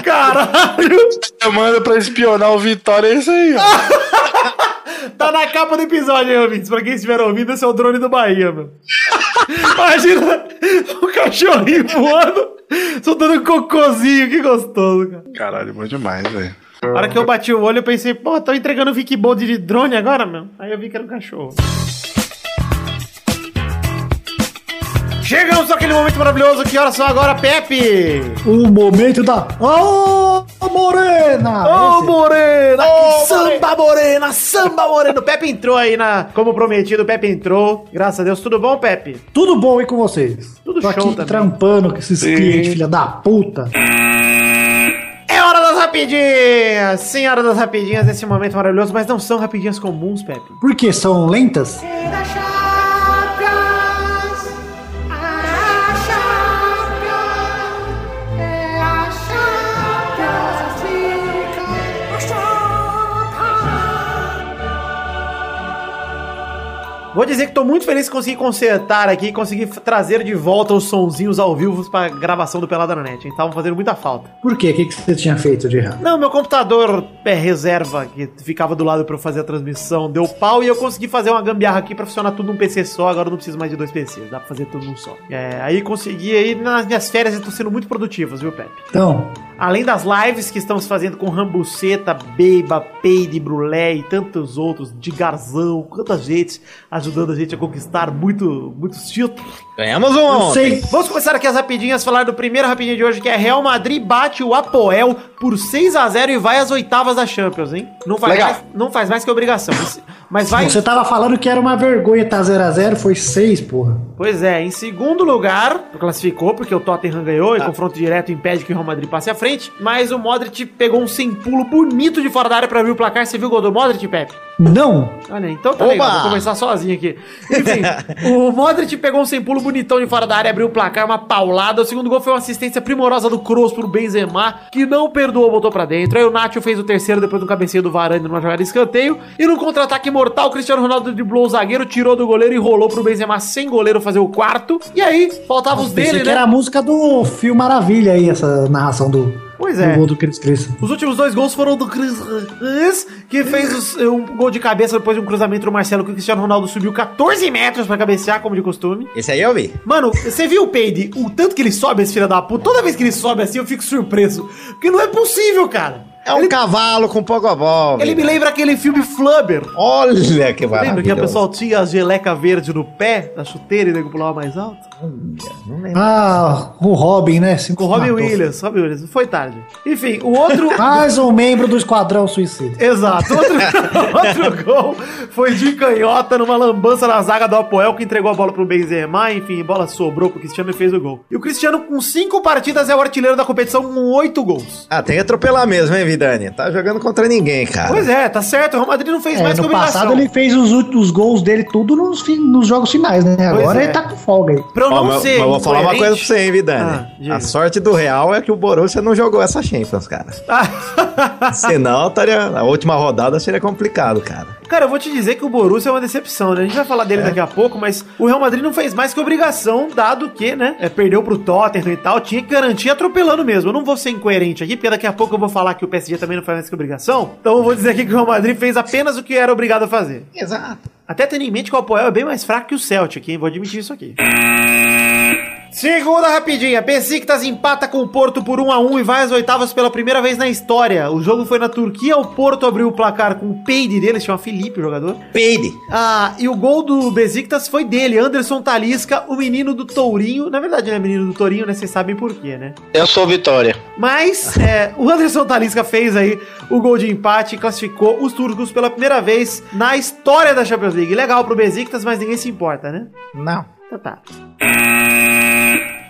[SPEAKER 4] Caralho!
[SPEAKER 5] Manda pra espionar o Vitória, é isso aí, ó.
[SPEAKER 4] [LAUGHS] Tá na capa do episódio, hein, ouvintes. Pra quem estiver ouvindo, esse é o drone do Bahia, meu. Imagina o cachorrinho voando, soltando um cocôzinho. Que gostoso, cara.
[SPEAKER 5] Caralho, bom demais, velho.
[SPEAKER 4] A hora que eu bati o olho, eu pensei, pô, tô entregando o Bold de drone agora, meu? Aí eu vi que era um cachorro.
[SPEAKER 5] [LAUGHS]
[SPEAKER 4] Chegamos àquele momento maravilhoso que horas são agora, Pepe!
[SPEAKER 2] O momento da. Oh,
[SPEAKER 7] Morena!
[SPEAKER 4] Ô,
[SPEAKER 7] Esse-
[SPEAKER 4] Morena! que
[SPEAKER 2] Ô,
[SPEAKER 4] samba, Morena! Samba, Morena! O [LAUGHS] Pepe entrou aí na... Como prometido, o Pepe entrou. Graças a Deus. Tudo bom, Pepe?
[SPEAKER 7] Tudo bom aí com vocês?
[SPEAKER 4] Tudo
[SPEAKER 7] Tô
[SPEAKER 4] show
[SPEAKER 7] aqui
[SPEAKER 4] também.
[SPEAKER 7] trampando com esses clientes, filha da puta.
[SPEAKER 4] É hora das rapidinhas! Sim, hora das rapidinhas nesse momento maravilhoso, mas não são rapidinhas comuns, Pepe.
[SPEAKER 7] Por que são lentas?
[SPEAKER 8] Tira Chapas, a Chapas, é a Chapas, fica a Chapas.
[SPEAKER 4] Vou dizer que tô muito feliz que consegui consertar aqui, consegui f- trazer de volta os sonzinhos ao vivo pra gravação do Pelada na Net, hein? Estavam fazendo muita falta.
[SPEAKER 7] Por quê? O que, que você tinha feito de errado?
[SPEAKER 4] Não, meu computador é reserva, que ficava do lado pra eu fazer a transmissão, deu pau e eu consegui fazer uma gambiarra aqui pra funcionar tudo num PC só, agora eu não preciso mais de dois PCs, dá pra fazer tudo num só. É, aí consegui, aí nas minhas férias eu tô sendo muito produtivas, viu, Pepe?
[SPEAKER 7] Então,
[SPEAKER 4] Além das lives que estamos fazendo com Rambuceta, Beiba, Peide, Brulé e tantos outros, de Garzão, quanta gente ajudando a gente a conquistar muito, muitos títulos.
[SPEAKER 3] Ganhamos um ontem.
[SPEAKER 7] sei.
[SPEAKER 4] Vamos começar aqui as rapidinhas, falar do primeiro rapidinho de hoje, que é Real Madrid bate o Apoel por 6 a 0 e vai às oitavas da Champions, hein? Não faz,
[SPEAKER 5] Legal.
[SPEAKER 4] mais, não faz mais que obrigação. Mas- Mas
[SPEAKER 3] [LAUGHS]
[SPEAKER 4] vai.
[SPEAKER 7] você tava falando que era uma vergonha tá 0x0, foi 6, porra.
[SPEAKER 4] Pois é, em segundo lugar, classificou, porque o Tottenham ganhou e confronto direto impede que o Real Madrid passe à frente. Mas o Modric pegou um sem pulo bonito de fora da área pra abrir o placar. Você viu o gol do Modric, Pepe?
[SPEAKER 7] Não!
[SPEAKER 4] Olha, então tá
[SPEAKER 3] Oba!
[SPEAKER 4] legal, vou começar sozinho aqui.
[SPEAKER 7] [LAUGHS]
[SPEAKER 4] Enfim, o Modric pegou um sem pulo bonitão de fora da área, abriu o placar, uma paulada. O segundo gol foi uma assistência primorosa do Kroos pro Benzema, que não perdoou, botou pra dentro. Aí o Nacho fez o terceiro depois do cabeceio do Varane numa jogada de escanteio. E no contra-ataque mortal, o Cristiano Ronaldo driblou o zagueiro, tirou do goleiro e rolou pro Benzema sem goleiro fazer o quarto. E aí, faltava os
[SPEAKER 7] Pensei
[SPEAKER 4] dele,
[SPEAKER 7] que
[SPEAKER 4] né?
[SPEAKER 7] era a música do Fio Maravilha aí, essa narração do,
[SPEAKER 4] Pois
[SPEAKER 7] do
[SPEAKER 4] é.
[SPEAKER 7] gol do Cris Cris.
[SPEAKER 4] Os últimos dois gols foram do Chris Hans, que fez os- um gol de cabeça depois de um cruzamento do Marcelo, que o Cristiano Ronaldo subiu 14 metros pra cabecear, como de costume.
[SPEAKER 3] Esse aí eu vi.
[SPEAKER 4] Mano, você viu o Peide? O tanto que ele sobe, esse filho da puta? Toda vez que ele sobe assim, eu fico surpreso. Porque não é possível, cara.
[SPEAKER 3] É um
[SPEAKER 4] ele,
[SPEAKER 3] cavalo com pogobol.
[SPEAKER 4] ele me lembra aquele filme Flubber.
[SPEAKER 3] né? Olha que
[SPEAKER 4] Lembra que
[SPEAKER 3] maravilha.
[SPEAKER 4] a pessoa tinha a geleca verde no pé, na chuteira, e nego pulava mais alto?
[SPEAKER 7] Ah, o Robin, né? Cinco
[SPEAKER 4] Com É. o Robin
[SPEAKER 7] matou.
[SPEAKER 4] Williams, Robin Williams. Foi tarde. Enfim, o
[SPEAKER 3] [LAUGHS]
[SPEAKER 4] outro...
[SPEAKER 7] [LAUGHS] Mais um membro do Esquadrão Suicida.
[SPEAKER 4] Exato. Outro, outro [LAUGHS] gol foi de canhota numa lambança na zaga do Apoel, que entregou a bola pro Benzema. Enfim, a bola sobrou pro Cristiano e fez o gol. E o Cristiano, com cinco partidas, é o artilheiro da competição com oito gols.
[SPEAKER 3] Ah, tem que atropelar mesmo, hein, Vidani? Tá jogando contra ninguém, cara.
[SPEAKER 4] Pois é, tá certo. O Real Madrid não fez
[SPEAKER 7] É,
[SPEAKER 4] mais que
[SPEAKER 7] no
[SPEAKER 4] obrigação.
[SPEAKER 7] passado ele fez os, ú- os gols dele tudo nos, fi- nos jogos finais, né? Agora
[SPEAKER 4] é.
[SPEAKER 7] ele tá com folga aí.
[SPEAKER 4] Pra eu
[SPEAKER 3] Ó,
[SPEAKER 4] não
[SPEAKER 3] mas,
[SPEAKER 4] ser
[SPEAKER 3] mas eu vou falar uma
[SPEAKER 4] incoerente-
[SPEAKER 3] coisa pra você, hein,
[SPEAKER 4] Ah,
[SPEAKER 3] Vidani.
[SPEAKER 4] diga.
[SPEAKER 3] a sorte do Real é que o Borussia não jogou essa Champions, cara.
[SPEAKER 4] Ah,
[SPEAKER 3] Senão, estaria, a última rodada seria complicado, cara.
[SPEAKER 4] cara, eu vou te dizer que o Borussia é uma decepção, né? A gente vai falar dele daqui a pouco, mas o Real Madrid não fez mais que obrigação, dado que, né? É, perdeu pro Tottenham e tal, tinha que garantir atropelando mesmo. Eu não vou ser incoerente aqui, porque daqui a pouco eu vou falar que o PSG também não faz mais que obrigação. Então eu vou dizer aqui que o Real Madrid fez apenas o que era obrigado a fazer.
[SPEAKER 3] Exato.
[SPEAKER 4] Até tendo em mente que o Apoel é bem mais fraco que o Celtic, hein? Vou admitir isso aqui. Segunda rapidinha, Besiktas empata com o Porto por 1 a 1 e vai às oitavas pela primeira vez na história. O jogo foi na Turquia, o Porto abriu o placar com o peide dele, se chama Felipe o jogador.
[SPEAKER 3] Peide.
[SPEAKER 4] Ah, e o gol do Besiktas foi dele, Anderson Talisca, o menino do Tourinho. Na verdade, ele é menino do Tourinho, né? Vocês sabem por quê, né?
[SPEAKER 9] Eu sou Vitória.
[SPEAKER 4] Mas é, o Anderson Talisca fez aí o gol de empate e classificou os turcos pela primeira vez na história da Champions League. Legal pro Besiktas, mas ninguém se importa, né?
[SPEAKER 3] Não.
[SPEAKER 4] Tá, tá.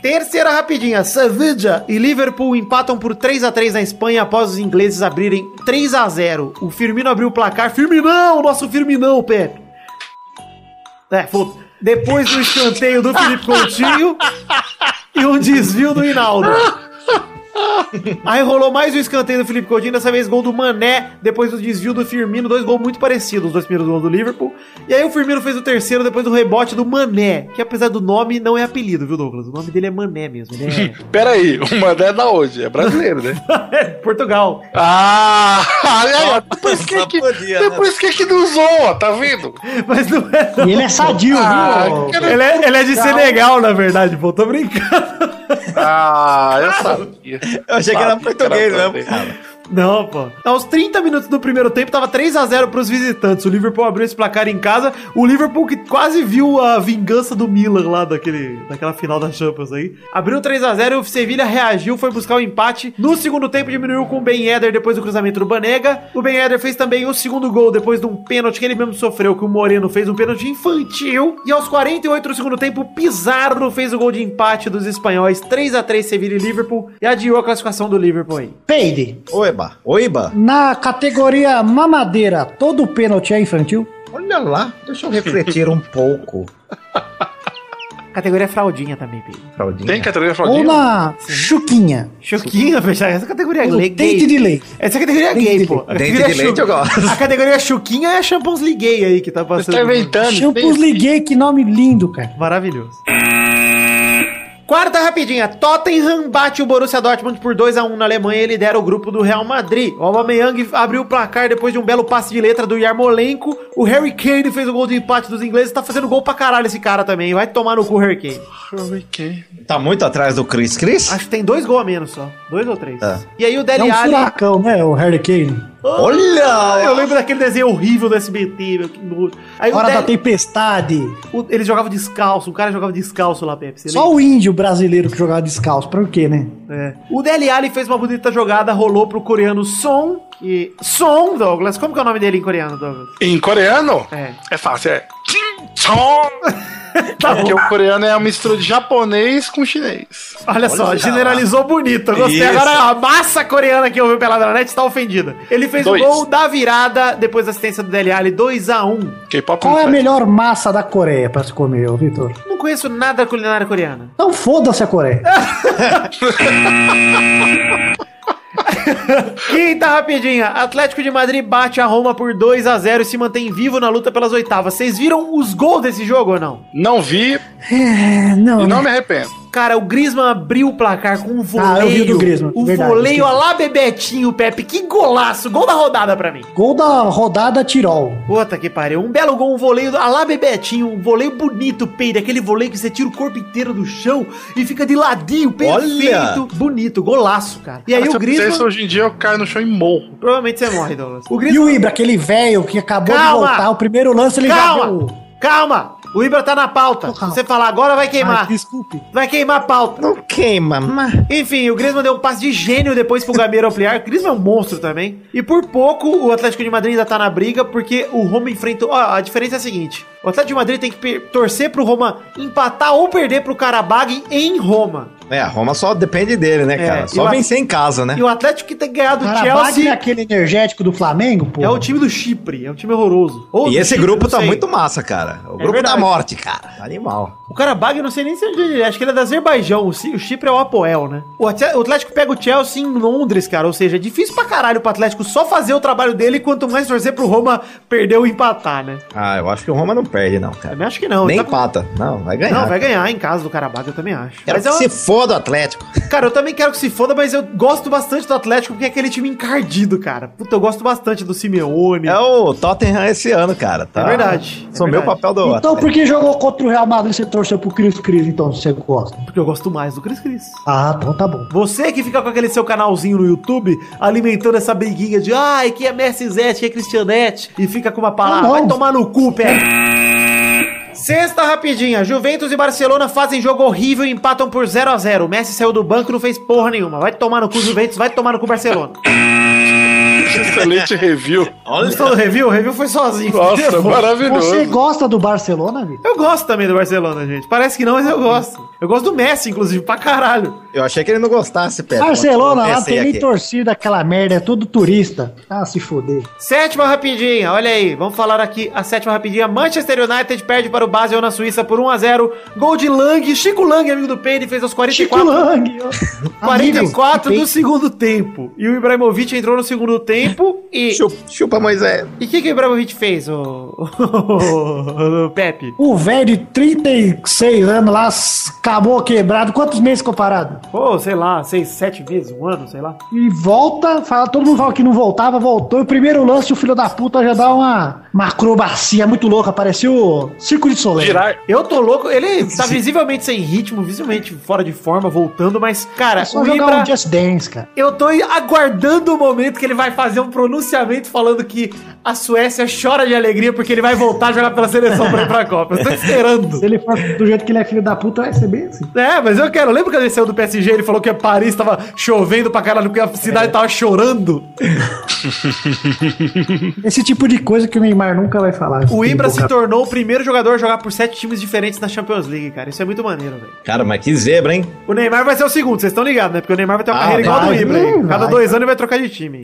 [SPEAKER 4] Terceira rapidinha, Sevilla e Liverpool empatam por 3 a 3 na Espanha após os ingleses abrirem 3 a 0. O Firmino abriu o placar. Firminão, nosso Firminão, Pepe. É, foda. Depois do escanteio do Felipe Coutinho e um desvio do Hinaldo. Aí rolou mais um escanteio do Felipe Coutinho, dessa vez gol do Mané, depois do desvio do Firmino, dois gols muito parecidos, os dois primeiros gols do Liverpool. E aí o Firmino fez o terceiro depois do rebote do Mané, que apesar do nome não é apelido, viu Douglas? O nome dele é Mané mesmo, ele
[SPEAKER 5] Pera aí, o Mané é da onde? É brasileiro,
[SPEAKER 4] [LAUGHS]
[SPEAKER 5] né?
[SPEAKER 4] é Portugal.
[SPEAKER 5] Ah! [LAUGHS] olha aí, Depois que,
[SPEAKER 3] Só
[SPEAKER 5] que,
[SPEAKER 3] podia, né?
[SPEAKER 5] depois que, que não zoa, tá vendo?
[SPEAKER 4] Mas não é.
[SPEAKER 7] E ele é sadio,
[SPEAKER 5] Ah,
[SPEAKER 7] viu?
[SPEAKER 5] cara,
[SPEAKER 4] Ele é, ele é de Senegal, na verdade, pô, tô brincando.
[SPEAKER 5] ah, eu sabia.
[SPEAKER 3] Eu achei que era
[SPEAKER 5] Sabia
[SPEAKER 3] português
[SPEAKER 5] era
[SPEAKER 3] mesmo,
[SPEAKER 5] brasileiro.
[SPEAKER 3] cara.
[SPEAKER 4] Não, pô. Aos 30 minutos do primeiro tempo, tava 3 a 0 pros visitantes. O Liverpool abriu esse placar em casa. O Liverpool que quase viu a vingança do Milan lá daquele, daquela final da Champions aí. Abriu 3 a 0 e o Sevilha reagiu, foi buscar o empate. No segundo tempo, diminuiu com o Ben Yedder depois do cruzamento do Banega. O Ben Yedder fez também o segundo gol depois de um pênalti que ele mesmo sofreu, que o Moreno fez um pênalti infantil. E aos 48 do segundo tempo, o Pizarro fez o gol de empate dos espanhóis. 3 a 3 Sevilha e Liverpool. E adiou a classificação do Liverpool aí.
[SPEAKER 7] Peide,
[SPEAKER 3] Oiba. Oiba.
[SPEAKER 7] na categoria mamadeira, todo pênalti é infantil?
[SPEAKER 3] Olha lá, deixa eu refletir um pouco.
[SPEAKER 4] Categoria fraldinha também, Pedro.
[SPEAKER 7] É
[SPEAKER 3] Fraldinha.
[SPEAKER 5] Tem categoria
[SPEAKER 7] Ou
[SPEAKER 5] fraldinha?
[SPEAKER 7] na chuquinha?
[SPEAKER 4] Chuquinha, fechar essa categoria é
[SPEAKER 7] Ou
[SPEAKER 4] gay.
[SPEAKER 7] dente de leite?
[SPEAKER 4] Essa categoria é
[SPEAKER 7] Dente
[SPEAKER 4] gay,
[SPEAKER 7] de
[SPEAKER 4] pô.
[SPEAKER 7] leite.
[SPEAKER 4] A
[SPEAKER 3] Dente
[SPEAKER 4] categoria é
[SPEAKER 3] de leite eu gosto.
[SPEAKER 4] A categoria Chuquinha é a Champions League gay aí que tá
[SPEAKER 5] Você
[SPEAKER 4] passando.
[SPEAKER 5] tá inventando.
[SPEAKER 7] Shampoos liguei, que nome lindo, cara.
[SPEAKER 4] Maravilhoso. Quarta rapidinha, Tottenham bate o Borussia Dortmund por 2 a 1 na Alemanha e lidera o grupo do Real Madrid. O Aubameyang abriu o placar depois de um belo passe de letra do Yarmolenko. O Harry Kane fez o gol de empate dos ingleses, tá fazendo gol pra caralho esse cara também. Vai tomar no cu, Harry Kane.
[SPEAKER 5] Hurricane.
[SPEAKER 3] Tá muito atrás do Chris Chris?
[SPEAKER 4] Acho que tem dois gols a menos só, dois ou três.
[SPEAKER 3] É.
[SPEAKER 4] E aí o
[SPEAKER 7] É
[SPEAKER 4] Dele
[SPEAKER 7] um
[SPEAKER 4] Alli
[SPEAKER 7] furacão, né, o Harry Kane?
[SPEAKER 3] Olha!
[SPEAKER 4] Eu lembro daquele desenho horrível do SBT, meu, que nojo. Aí o
[SPEAKER 7] Hora da
[SPEAKER 4] Dele-
[SPEAKER 7] tempestade.
[SPEAKER 4] o- eles jogavam descalço, o cara jogava descalço lá, Pepe. você
[SPEAKER 7] Só o índio brasileiro que jogava descalço, pra quê, né?
[SPEAKER 4] É. O Dele Alli fez uma bonita jogada, rolou pro coreano Son. E... Son, Douglas. Como que é o nome dele em coreano, Douglas?
[SPEAKER 5] Em coreano?
[SPEAKER 4] É.
[SPEAKER 5] É fácil, é. Kim Chong.
[SPEAKER 4] [LAUGHS] Tá bom.
[SPEAKER 5] Porque o coreano é uma mistura de japonês com chinês.
[SPEAKER 4] Olha só, generalizou bonito. Eu gostei.
[SPEAKER 3] Isso.
[SPEAKER 4] Agora a massa coreana que ouviu pela net está ofendida. Ele fez
[SPEAKER 5] Dois.
[SPEAKER 4] o gol da virada depois da assistência do Dele Alli, 2x1.
[SPEAKER 5] K-pop
[SPEAKER 7] Qual é a
[SPEAKER 5] não
[SPEAKER 7] melhor massa da Coreia pra se comer, ô Vitor?
[SPEAKER 4] Não conheço nada da culinária coreana.
[SPEAKER 7] Então foda-se a Coreia.
[SPEAKER 4] [LAUGHS] Quinta rapidinha. Atlético de Madrid bate a Roma por 2 a 0 e se mantém vivo na luta pelas oitavas. Vocês viram os gols desse jogo ou não?
[SPEAKER 5] Não vi
[SPEAKER 7] É, não,
[SPEAKER 5] e
[SPEAKER 7] né?
[SPEAKER 5] não me arrependo.
[SPEAKER 4] Cara, o Griezmann abriu o placar com um voleio.
[SPEAKER 7] Ah, eu vi o do Griezmann,
[SPEAKER 4] Um
[SPEAKER 7] verdade,
[SPEAKER 4] voleio
[SPEAKER 7] esqueci.
[SPEAKER 4] a lá Bebetinho, Pepe. Que golaço. Gol da rodada pra mim.
[SPEAKER 7] Gol da rodada Tirol.
[SPEAKER 4] Puta que pariu. Um belo gol, um voleio a lá Bebetinho. Um voleio bonito, Peide. Aquele voleio que você tira o corpo inteiro do chão e fica de ladinho, perfeito.
[SPEAKER 3] Olha.
[SPEAKER 4] Bonito, golaço, cara. E aí
[SPEAKER 5] Mas se
[SPEAKER 4] o
[SPEAKER 5] eu fizer isso
[SPEAKER 4] Griezmann...
[SPEAKER 5] hoje em dia eu caio no chão e morro.
[SPEAKER 4] Provavelmente você é morre, Douglas. O
[SPEAKER 7] E o Ibra, aquele velho que acabou
[SPEAKER 4] Calma!
[SPEAKER 7] de voltar, o primeiro lance ele já
[SPEAKER 4] Calma!
[SPEAKER 7] deu.
[SPEAKER 4] Calma! O Ibra tá na pauta. Se
[SPEAKER 7] Calma.
[SPEAKER 4] você falar agora, vai
[SPEAKER 7] Ai,
[SPEAKER 4] queimar.
[SPEAKER 7] desculpe.
[SPEAKER 4] Vai queimar a pauta.
[SPEAKER 3] Não queima, mas...
[SPEAKER 4] Enfim, o Griezmann deu um passe de gênio depois pro Gameiro ampliar. O Griezmann é um monstro também. E por pouco o Atlético de Madrid ainda tá na briga, porque o Roma enfrentou... Ó, a diferença é a seguinte. O Atlético de Madrid tem que per- torcer pro Roma empatar ou perder pro Karabag em Roma.
[SPEAKER 3] É, a Roma só depende dele, né,
[SPEAKER 4] É,
[SPEAKER 3] cara?
[SPEAKER 4] e
[SPEAKER 3] só
[SPEAKER 4] lá-
[SPEAKER 3] vencer em casa, né?
[SPEAKER 4] E o Atlético que tem ganhado do
[SPEAKER 7] Carabag é
[SPEAKER 4] Chelsea...
[SPEAKER 7] aquele energético do Flamengo, pô.
[SPEAKER 4] É o time do Chipre, é um time horroroso. Ou
[SPEAKER 3] E
[SPEAKER 4] do
[SPEAKER 3] esse
[SPEAKER 4] Chipre,
[SPEAKER 3] grupo
[SPEAKER 4] não
[SPEAKER 3] tá
[SPEAKER 4] sei.
[SPEAKER 3] muito massa, cara. O
[SPEAKER 4] É
[SPEAKER 3] grupo da
[SPEAKER 4] verdade.
[SPEAKER 3] morte, cara. Animal.
[SPEAKER 4] O Karabag, eu não sei nem se é de onde ele é. Acho que ele é do Azerbaijão. O Ci- o Chipre é o Apoel, né? O Atl- o Atlético pega o Chelsea em Londres, cara. Ou seja, é difícil pra caralho pro Atlético só fazer o trabalho dele, quanto mais torcer pro Roma perder ou empatar, né?
[SPEAKER 3] Ah, eu acho que o Roma não perde, não, cara.
[SPEAKER 4] Também acho que não.
[SPEAKER 3] Nem
[SPEAKER 4] Tá com-
[SPEAKER 3] empata. Não, vai ganhar.
[SPEAKER 4] Não, vai ganhar em casa do Karabag, eu também acho.
[SPEAKER 3] Quero
[SPEAKER 4] Mas
[SPEAKER 3] que
[SPEAKER 4] é uma-
[SPEAKER 3] se foda o Atlético.
[SPEAKER 4] [LAUGHS] Cara, eu também quero que se foda, mas eu gosto bastante do Atlético porque é aquele time encardido, cara. Puta, eu gosto bastante do Simeone.
[SPEAKER 3] É o Tottenham esse ano, cara. Tá?
[SPEAKER 4] É verdade, é
[SPEAKER 3] Sumiu o
[SPEAKER 4] verdade.
[SPEAKER 3] papel do
[SPEAKER 7] Então
[SPEAKER 3] Atlético.
[SPEAKER 7] por que jogou contra o Real Madrid você torceu pro Cris Cris, então, se você gosta?
[SPEAKER 4] Porque eu gosto mais do Cris Cris.
[SPEAKER 7] Ah, então tá bom.
[SPEAKER 4] Você que fica com aquele seu canalzinho no YouTube alimentando essa briguinha de ai, que é Mercisete, que é Cristianete e fica com uma palavra,
[SPEAKER 7] Não, Ah, não.
[SPEAKER 4] vai tomar no cu, pé. Sexta rapidinha, Juventus e Barcelona fazem jogo horrível e empatam por 0 a 0 O Messi saiu do banco e não fez porra nenhuma. Vai tomar no cu Juventus, vai tomar no cu Barcelona.
[SPEAKER 5] Excelente review.
[SPEAKER 4] Gostou do review? O review foi sozinho.
[SPEAKER 5] Nossa,
[SPEAKER 7] Você
[SPEAKER 5] maravilhoso.
[SPEAKER 7] gosta do Barcelona, Vitor?
[SPEAKER 4] Eu gosto também do Barcelona, gente. Parece que não, mas eu gosto. Eu gosto do Messi, inclusive, pra caralho.
[SPEAKER 3] Eu achei que ele não gostasse,
[SPEAKER 4] É,
[SPEAKER 3] Pedro.
[SPEAKER 7] Barcelona lá
[SPEAKER 3] Pensei
[SPEAKER 7] tem nem
[SPEAKER 3] aqui.
[SPEAKER 7] torcida aquela merda, é tudo turista. Ah, se foder.
[SPEAKER 4] Sétima rapidinha, olha aí, vamos falar aqui a sétima rapidinha. Manchester United perde para o Basel na Suíça por 1 a 0 Gol de Lang, Chico Lang, amigo do Peide, fez aos
[SPEAKER 7] Chico
[SPEAKER 4] 44,
[SPEAKER 7] Lang. ó. Amigo,
[SPEAKER 4] 44
[SPEAKER 7] tem-
[SPEAKER 4] do segundo tempo. E o Ibrahimovic entrou no segundo tempo tempo e.
[SPEAKER 3] Chupa, chupa Moisés.
[SPEAKER 4] E o que, que o Ibrahimovic fez, [LAUGHS] o, o Pepe?
[SPEAKER 7] O velho de 36 anos lá s- acabou quebrado. Quantos meses comparado?
[SPEAKER 4] Pô, sei lá, seis, sete vezes, um ano, sei lá.
[SPEAKER 7] E volta, fala, todo mundo fala que não voltava, voltou. E o primeiro lance, o filho da puta já dá uma, uma acrobacia muito louca. Parecia o Circo de Soleil.
[SPEAKER 5] Girar.
[SPEAKER 4] Eu tô louco, ele tá visivelmente sem ritmo, visivelmente fora de forma, voltando, mas, cara,
[SPEAKER 7] É só
[SPEAKER 4] o
[SPEAKER 7] jogar
[SPEAKER 4] Ibra.
[SPEAKER 7] um Just Dance, cara.
[SPEAKER 4] Eu tô aguardando o momento que ele vai fazer um pronunciamento falando que a Suécia chora de alegria porque ele vai voltar a jogar pela seleção pra ir pra Copa. Eu tô esperando. [LAUGHS]
[SPEAKER 7] Se ele for do jeito que ele é filho da puta, vai ser bem assim.
[SPEAKER 4] É, mas eu quero. Lembra quando ele saiu do PSG ele falou que Paris tava chovendo pra caralho porque a cidade tava chorando?
[SPEAKER 7] [LAUGHS] Esse tipo de coisa que o Neymar nunca vai falar.
[SPEAKER 4] O
[SPEAKER 7] Esse
[SPEAKER 4] Ibra
[SPEAKER 7] tipo
[SPEAKER 4] se
[SPEAKER 7] de
[SPEAKER 4] tornou o primeiro jogador a jogar por sete times diferentes na Champions League, cara. Isso é muito maneiro, velho.
[SPEAKER 3] Cara, mas que zebra, hein?
[SPEAKER 4] O Neymar vai ser o segundo, vocês estão ligados, né? Porque o Neymar vai ter uma
[SPEAKER 3] Ah,
[SPEAKER 4] carreira igual a do
[SPEAKER 7] vai,
[SPEAKER 4] Ibra. aí.
[SPEAKER 7] vai.
[SPEAKER 4] Cada dois anos ele vai trocar de time.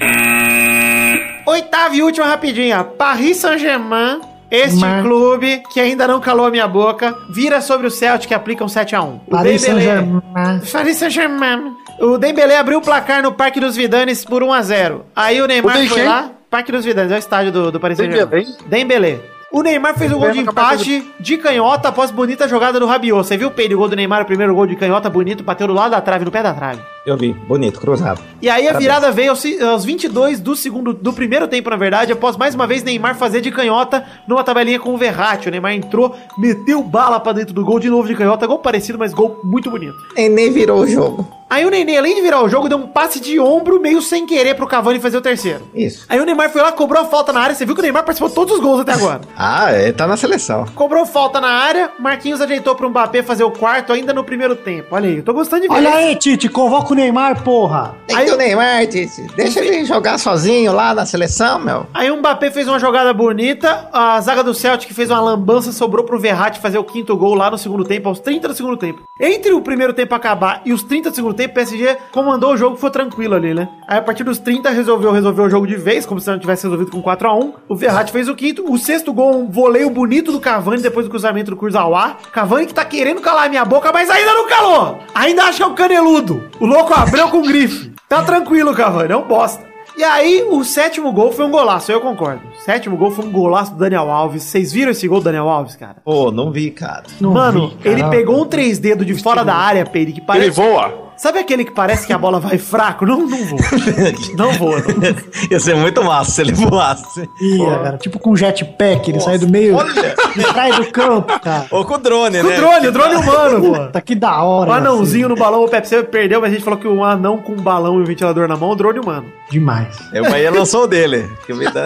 [SPEAKER 4] Oitava e última rapidinha. Paris Saint-Germain, este
[SPEAKER 7] Mar-
[SPEAKER 4] clube que ainda não calou a minha boca, vira sobre o Celtic e aplica um 7x1. O
[SPEAKER 7] Paris
[SPEAKER 4] Dembélé-
[SPEAKER 7] Saint-Germain.
[SPEAKER 4] Paris Saint-Germain. O Dembélé abriu o placar no Parque dos Vidanes por 1x0. Aí o
[SPEAKER 5] O
[SPEAKER 4] Neymar
[SPEAKER 5] Dembélé?
[SPEAKER 4] foi lá... Parque dos Vidanes, é o estádio do, do Paris Saint-Germain. Dembélé. O Neymar fez o gol de
[SPEAKER 5] Dembélé acabou
[SPEAKER 4] empate de canhota após bonita jogada do Rabiot. Você viu o peido gol do Neymar, o primeiro gol de canhota bonito, bateu do lado da trave, no pé da trave.
[SPEAKER 3] Eu vi. Bonito, cruzado.
[SPEAKER 4] E aí a virada veio aos, ci- aos 22 do segundo do primeiro tempo, na verdade, após mais uma vez Neymar fazer de canhota numa tabelinha com o Verratti. O Neymar entrou, meteu bala pra dentro do gol de novo de canhota, gol parecido, mas gol muito bonito.
[SPEAKER 3] E nem virou o jogo.
[SPEAKER 4] Aí o Nenê, além de virar o jogo, deu um passe de ombro meio sem querer pro Cavani fazer o terceiro.
[SPEAKER 3] Isso.
[SPEAKER 4] Aí o Neymar foi lá, cobrou a falta na área. Você viu que o Neymar participou de todos os gols até agora.
[SPEAKER 3] Ah, ele tá na seleção.
[SPEAKER 4] Cobrou falta na área, Marquinhos ajeitou pro Mbappé fazer o quarto ainda no primeiro tempo. Olha aí, eu tô gostando de ver.
[SPEAKER 7] Olha aí, Tite, convoca o Neymar, porra.
[SPEAKER 3] Tem
[SPEAKER 4] Aí-
[SPEAKER 3] que o Neymar, Tite. Deixa ele jogar sozinho lá na seleção, meu.
[SPEAKER 4] Aí o Mbappé fez uma jogada bonita, a zaga do Celtic fez uma lambança, sobrou pro Verratti fazer o quinto gol lá no segundo tempo, aos 30 do segundo tempo. Entre o primeiro tempo acabar e os 30 do segundo tempo, o PSG comandou o jogo, foi tranquilo ali, né? Aí a partir dos 30 resolveu resolver o jogo de vez, como se não tivesse resolvido com 4 a 1 O Verratti fez o quinto, o sexto gol, um voleio bonito do Cavani depois do cruzamento do Kurzawa. Cavani que tá querendo calar a minha boca, mas ainda não calou! Ainda acha que é o caneludo. O louco abriu com grife. Tá tranquilo, Cavani, é um bosta. E aí, o sétimo gol foi um golaço, eu concordo. O sétimo gol foi um golaço do Daniel Alves. Vocês viram esse gol do Daniel Alves, cara?
[SPEAKER 3] Pô, não vi, cara.
[SPEAKER 7] Não
[SPEAKER 4] Mano,
[SPEAKER 7] vi,
[SPEAKER 4] ele
[SPEAKER 7] caralho.
[SPEAKER 4] pegou um três dedos de fora da área, Peire, que
[SPEAKER 5] Ele
[SPEAKER 4] parece.
[SPEAKER 5] voa.
[SPEAKER 4] Sabe aquele que parece que a bola vai
[SPEAKER 3] [LAUGHS]
[SPEAKER 4] fraco? [LAUGHS] Não, não vou. Não vou, não.
[SPEAKER 3] Ia ser muito massa se ele voasse.
[SPEAKER 7] Ia, cara, tipo com jetpack, ele sai do meio, ele sai do campo, cara.
[SPEAKER 3] Ou com o drone,
[SPEAKER 4] Com
[SPEAKER 3] né?
[SPEAKER 4] o drone, o drone humano, pô.
[SPEAKER 7] Puta, que assim. da hora.
[SPEAKER 4] O
[SPEAKER 7] ia ser.
[SPEAKER 4] anãozinho no balão, o Pepsi perdeu, mas a gente falou que um anão com um balão e um ventilador na mão, o drone humano.
[SPEAKER 7] Demais.
[SPEAKER 3] É, o Bahia lançou o dele. Que me
[SPEAKER 4] [LAUGHS]
[SPEAKER 3] dá...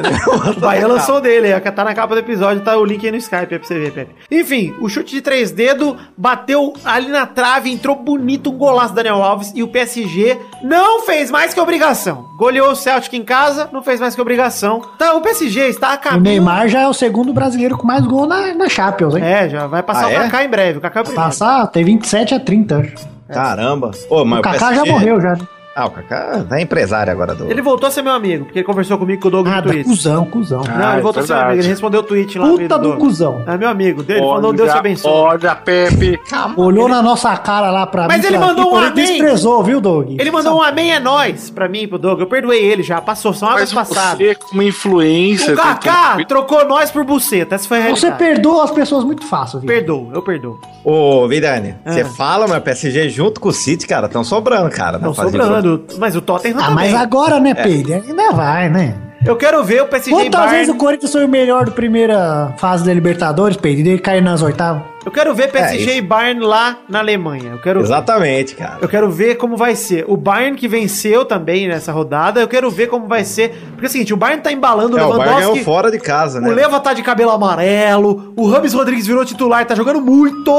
[SPEAKER 4] O Bahia lançou o dele, é, tá na capa do episódio, tá o link aí no Skype é pra você ver, Pepe. Enfim, o chute de três dedos bateu ali na trave, entrou bonito um golaço do Daniel Alves e o PSG não fez mais que obrigação. Goleou o Celtic em casa, não fez mais que obrigação. Tá, o PSG está a
[SPEAKER 7] O
[SPEAKER 4] caminho.
[SPEAKER 7] Neymar já é o segundo brasileiro com mais gol na, na Champions, hein?
[SPEAKER 4] É, já vai passar
[SPEAKER 3] Ah,
[SPEAKER 4] o
[SPEAKER 3] é?
[SPEAKER 4] Kaká em breve. O Kaká é o primeiro.
[SPEAKER 7] Passar, tem 27 a 30. acho.
[SPEAKER 3] Caramba. Ô, mas
[SPEAKER 7] O Kaká já
[SPEAKER 3] PSG
[SPEAKER 7] morreu, já. né?
[SPEAKER 3] Ah, o Kaká tá empresário agora do.
[SPEAKER 4] Ele voltou a ser meu amigo, porque ele conversou comigo com o Doug no
[SPEAKER 7] Nada,
[SPEAKER 4] Twitter.
[SPEAKER 7] Ah, cuzão, cuzão.
[SPEAKER 4] Não,
[SPEAKER 5] Ah,
[SPEAKER 4] ele
[SPEAKER 5] é
[SPEAKER 4] voltou a ser meu
[SPEAKER 5] verdade.
[SPEAKER 4] amigo, ele respondeu o tweet lá. no meio
[SPEAKER 7] Puta do
[SPEAKER 4] Doug.
[SPEAKER 7] cuzão.
[SPEAKER 4] É meu amigo dele, ele falou Deus te abençoe.
[SPEAKER 5] Olha, Pepe.
[SPEAKER 7] Olhou na nossa cara lá pra
[SPEAKER 4] Mas
[SPEAKER 7] mim.
[SPEAKER 4] ele
[SPEAKER 7] pra-
[SPEAKER 4] mandou um
[SPEAKER 7] Ele
[SPEAKER 4] amém.
[SPEAKER 7] desprezou, viu, Doug?
[SPEAKER 4] Ele mandou um amém é nós pra mim, e pro Doug. Eu perdoei ele já, passou, são águas
[SPEAKER 5] Mas
[SPEAKER 4] passadas.
[SPEAKER 5] você,
[SPEAKER 3] é
[SPEAKER 5] como influencer...
[SPEAKER 4] O Kaká
[SPEAKER 5] tem que-
[SPEAKER 4] trocou nós por buceta, essa foi a
[SPEAKER 7] Você
[SPEAKER 4] realidade.
[SPEAKER 7] perdoa as pessoas muito fácil, viu?
[SPEAKER 4] Perdoo, eu perdoo.
[SPEAKER 3] Tá Ô, Vidani,
[SPEAKER 4] Ah.
[SPEAKER 3] você fala, mas o PSG junto com o City, cara, estão sobrando, cara. na
[SPEAKER 4] Não
[SPEAKER 3] fase de
[SPEAKER 4] sobrando, mas o Tottenham
[SPEAKER 7] Ah,
[SPEAKER 4] também.
[SPEAKER 7] mas agora,
[SPEAKER 3] É.
[SPEAKER 7] né, Pedro? Ainda vai, né?
[SPEAKER 4] Eu quero ver o PSG e
[SPEAKER 7] Quantas vezes o
[SPEAKER 4] Bayern.
[SPEAKER 7] Corinthians foi o melhor da primeira fase da Libertadores, Pedro? E ele caiu nas oitavas?
[SPEAKER 4] Eu quero ver PSG
[SPEAKER 3] É,
[SPEAKER 4] e Bayern lá na Alemanha. Eu quero
[SPEAKER 3] Exatamente, cara.
[SPEAKER 4] Eu quero ver como vai ser. O Bayern que venceu também nessa rodada, eu quero ver como vai ser. Porque é o seguinte, o Bayern tá embalando
[SPEAKER 3] É, o Bayern ganhou
[SPEAKER 4] Lewandowski.
[SPEAKER 3] fora de casa, né?
[SPEAKER 4] O Leva tá de cabelo amarelo, o Rames Rodrigues virou titular, tá jogando muito,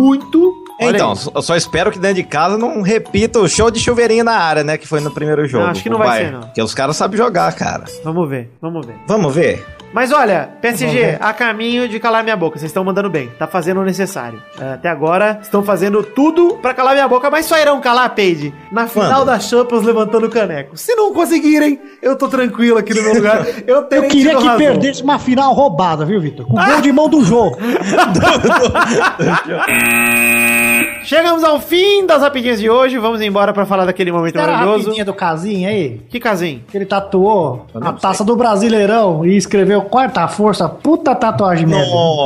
[SPEAKER 4] muito. Olha
[SPEAKER 3] Então,
[SPEAKER 4] aí.
[SPEAKER 3] eu só espero que dentro de casa não repita o show de chuveirinho na área, né? Que foi no primeiro jogo.
[SPEAKER 4] acho que
[SPEAKER 3] com
[SPEAKER 4] não
[SPEAKER 3] o
[SPEAKER 4] vai
[SPEAKER 3] Bayern.
[SPEAKER 4] ser, não.
[SPEAKER 3] Porque os caras sabem jogar, cara.
[SPEAKER 4] Vamos ver, vamos ver.
[SPEAKER 3] Vamos ver.
[SPEAKER 4] Mas olha, PSG, a caminho de calar minha boca. Vocês estão mandando bem, tá fazendo o necessário. É, Até agora, estão fazendo tudo pra calar minha boca, mas só irão calar, Peide, na final
[SPEAKER 3] Quando?
[SPEAKER 4] da Champions levantando o caneco. Se não conseguirem, eu tô tranquilo aqui no meu
[SPEAKER 7] [LAUGHS]
[SPEAKER 4] lugar. Eu,
[SPEAKER 7] Eu
[SPEAKER 4] terei
[SPEAKER 7] queria
[SPEAKER 4] tido
[SPEAKER 7] que
[SPEAKER 4] razão.
[SPEAKER 7] perdesse uma final roubada, viu, Vitor? Com gol de mão do jogo.
[SPEAKER 4] [LAUGHS] Chegamos ao fim das rapidinhas de hoje. Vamos embora pra falar daquele momento
[SPEAKER 7] Era a
[SPEAKER 4] maravilhoso.
[SPEAKER 7] rapidinha do casinho aí.
[SPEAKER 4] Que casinho?
[SPEAKER 7] Que ele tatuou
[SPEAKER 3] Eu
[SPEAKER 7] [LAUGHS] a
[SPEAKER 3] não
[SPEAKER 7] taça do Brasileirão e escreveu quarta força, puta tatuagem mesmo.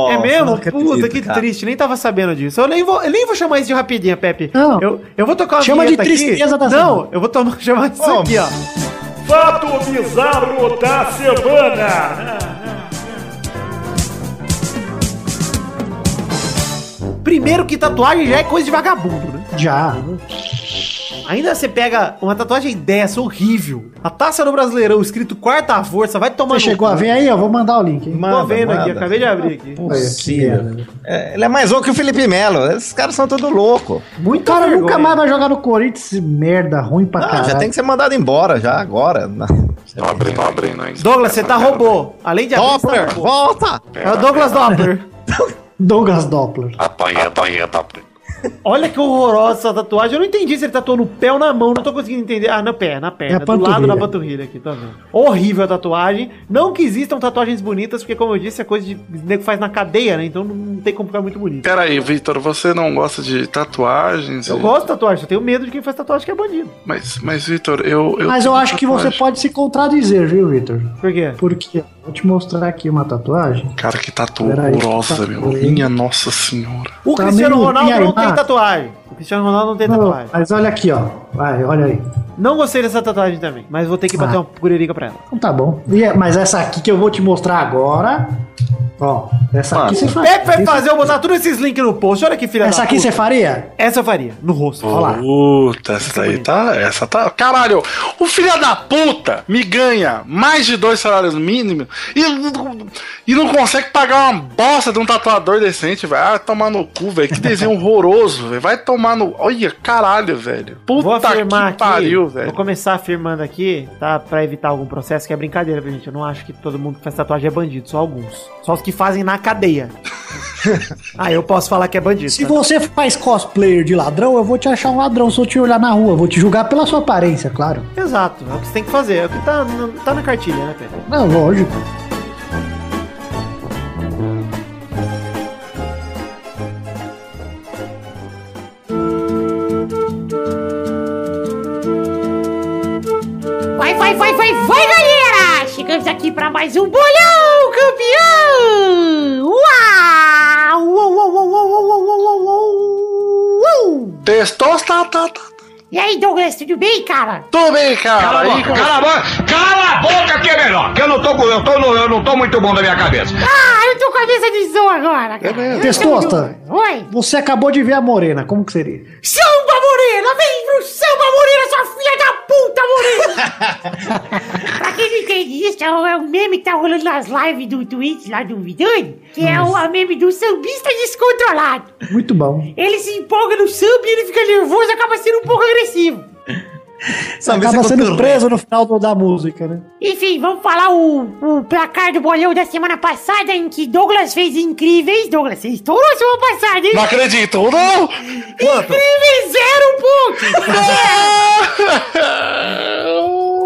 [SPEAKER 4] é
[SPEAKER 3] não
[SPEAKER 4] mesmo?
[SPEAKER 3] acredito,
[SPEAKER 4] Puta, que
[SPEAKER 3] cara.
[SPEAKER 4] triste. Nem tava sabendo disso. Eu nem vou, eu nem vou chamar isso de rapidinha, Pepe.
[SPEAKER 7] Não.
[SPEAKER 4] Eu, eu vou tocar uma
[SPEAKER 7] Chama de
[SPEAKER 4] vinheta aqui.
[SPEAKER 7] tristeza da
[SPEAKER 4] Não,
[SPEAKER 7] semana.
[SPEAKER 4] eu vou tomar, [LAUGHS] chamar disso
[SPEAKER 3] Vamos.
[SPEAKER 4] aqui, ó.
[SPEAKER 6] Fato bizarro da semana.
[SPEAKER 4] Primeiro que tatuagem já é coisa de vagabundo, né?
[SPEAKER 7] Já.
[SPEAKER 4] Ainda você pega uma tatuagem dessa, horrível. A taça do Brasileirão, escrito quarta força, vai tomar
[SPEAKER 7] Você
[SPEAKER 4] no
[SPEAKER 7] chegou
[SPEAKER 4] cu.
[SPEAKER 7] a ver aí? Eu vou mandar o link. hein?
[SPEAKER 4] Tô
[SPEAKER 3] Manda,
[SPEAKER 4] vendo aqui,
[SPEAKER 3] manda.
[SPEAKER 4] acabei de abrir aqui. né?
[SPEAKER 7] Olha, que
[SPEAKER 3] Possível.
[SPEAKER 7] merda.
[SPEAKER 3] É, ele é mais louco que o Felipe Melo. Esses caras são tudo louco.
[SPEAKER 7] O
[SPEAKER 4] Muito
[SPEAKER 7] cara nunca mais vai jogar no Corinthians, esse merda ruim pra
[SPEAKER 3] Ah,
[SPEAKER 7] caralho.
[SPEAKER 3] já tem que ser mandado embora, já, agora. Na-
[SPEAKER 5] Nobre, nobre, não é isso?
[SPEAKER 4] Douglas, você tá robô. Além de abrir, você tá
[SPEAKER 3] Doppler,
[SPEAKER 4] robô.
[SPEAKER 3] volta!
[SPEAKER 4] É o Douglas Doppler.
[SPEAKER 7] Douglas Doppler.
[SPEAKER 5] Apanha, apanha, apanha.
[SPEAKER 4] Olha que horrorosa essa tatuagem. Eu não entendi se ele tatuou no pé ou na mão. Não tô conseguindo entender. Ah, no pé, na
[SPEAKER 7] É
[SPEAKER 4] perna.
[SPEAKER 7] a
[SPEAKER 4] do lado
[SPEAKER 7] panturrilha.
[SPEAKER 4] da panturrilha aqui, tá vendo? Horrível a tatuagem. Não que existam tatuagens bonitas, porque, como eu disse, é coisa de nego faz na cadeia, né? Então não tem como ficar muito bonito.
[SPEAKER 5] Peraí, Vitor, você não gosta de tatuagens?
[SPEAKER 4] Eu
[SPEAKER 5] E-
[SPEAKER 4] gosto de tatuagem, eu tenho medo de quem faz tatuagem que é bandido.
[SPEAKER 5] Mas, mas Vitor, eu, eu.
[SPEAKER 7] Mas eu
[SPEAKER 5] tenho
[SPEAKER 7] acho que você
[SPEAKER 5] tatuagem.
[SPEAKER 7] pode se contradizer, viu, Vitor?
[SPEAKER 4] Por quê?
[SPEAKER 7] Porque vou te mostrar aqui uma tatuagem.
[SPEAKER 5] Cara, que tatu
[SPEAKER 7] Peraí, que
[SPEAKER 5] horrorosa, meu.
[SPEAKER 7] tatu, hein?
[SPEAKER 5] Minha Nossa Senhora.
[SPEAKER 4] O
[SPEAKER 7] Tá
[SPEAKER 4] Cristiano
[SPEAKER 7] meio
[SPEAKER 4] Ronaldo não
[SPEAKER 7] piaimá.
[SPEAKER 4] tem tatuagem. O Cristiano Ronaldo não tem
[SPEAKER 7] Não,
[SPEAKER 4] tatuagem.
[SPEAKER 7] mas olha aqui, ó. Vai, olha aí.
[SPEAKER 4] Não gostei dessa tatuagem também, mas vou ter que bater
[SPEAKER 7] Ah.
[SPEAKER 4] uma curirica pra ela.
[SPEAKER 7] Então tá bom. E é- mas essa aqui que eu vou te mostrar agora. Ó, essa aqui você faria.
[SPEAKER 4] Pepe vai fazer eu botar todos esses links no post. Olha que filha
[SPEAKER 7] Essa
[SPEAKER 4] da
[SPEAKER 7] aqui
[SPEAKER 4] puta.
[SPEAKER 7] você faria?
[SPEAKER 4] Essa eu faria, no rosto.
[SPEAKER 7] Olha lá.
[SPEAKER 5] Puta, essa daí tá. Essa tá. Caralho, o filho da puta me ganha mais de dois salários mínimos e, e não consegue pagar uma bosta de um tatuador decente, velho. Ah, tomar no cu, velho. Que
[SPEAKER 4] [LAUGHS]
[SPEAKER 5] desenho horroroso, velho. Vai tomar no. Olha, caralho, velho.
[SPEAKER 4] Vou
[SPEAKER 5] Puta
[SPEAKER 4] afirmar
[SPEAKER 5] que
[SPEAKER 4] aqui,
[SPEAKER 5] pariu, velho.
[SPEAKER 4] vou começar afirmando aqui, tá? Pra evitar algum processo, que é brincadeira, viu, gente? Eu não acho que todo mundo que faz tatuagem é bandido, só alguns. Só os que fazem
[SPEAKER 7] [LAUGHS]
[SPEAKER 4] na cadeia. ah, eu posso falar que é bandido.
[SPEAKER 7] Se
[SPEAKER 4] tá?
[SPEAKER 7] você faz cosplayer de ladrão, eu vou te achar um ladrão se eu te olhar na rua. Eu Vou te julgar pela sua aparência, claro.
[SPEAKER 4] Exato, é o que você tem que fazer, é o que tá, na- tá na cartilha, né, Pedro?
[SPEAKER 7] Não, É lógico.
[SPEAKER 9] Vai, vai, vai, vai, vai, galera! Chegamos aqui pra mais um bolão campeão! Uau! Uau, uau, uau, uau, uau, uau, uau, uau, uau!
[SPEAKER 5] Testostata.
[SPEAKER 9] E aí, Douglas, tudo bem, cara?
[SPEAKER 5] Tá, Tudo bem, cara.
[SPEAKER 6] Cala a
[SPEAKER 5] Aí,
[SPEAKER 6] boca,
[SPEAKER 5] como-
[SPEAKER 6] cala a boca, cala a boca que é melhor. Que eu não tô, com- eu tô, no- eu não tô muito bom da minha cabeça.
[SPEAKER 9] Ah, eu tô com a mesa de zoom agora,
[SPEAKER 5] É
[SPEAKER 9] cara. Eu
[SPEAKER 7] Testosta.
[SPEAKER 9] tô- Oi!
[SPEAKER 7] Você acabou de ver a morena, como que seria?
[SPEAKER 9] Samba Morena! Vem pro Samba Morena, sua filha da puta, Morena! [LAUGHS] pra quem não entende isso, é o é o meme que tá rolando nas lives do Twitch lá do Vidani, que é o a meme do sambista descontrolado.
[SPEAKER 7] Muito bom.
[SPEAKER 9] Ele se empolga no samba e ele fica nervoso, acaba sendo um pouco agressivo.
[SPEAKER 3] Sabe,
[SPEAKER 7] Acaba
[SPEAKER 3] você
[SPEAKER 7] sendo
[SPEAKER 3] contou-
[SPEAKER 7] preso no final do- da música, né?
[SPEAKER 9] Enfim, vamos falar o, o placar do bolão da semana passada, em que Douglas fez incríveis. Douglas, você estourou semana passada, hein?
[SPEAKER 5] Não acredito, não!
[SPEAKER 9] Incríveis, zero pontos!
[SPEAKER 5] [LAUGHS]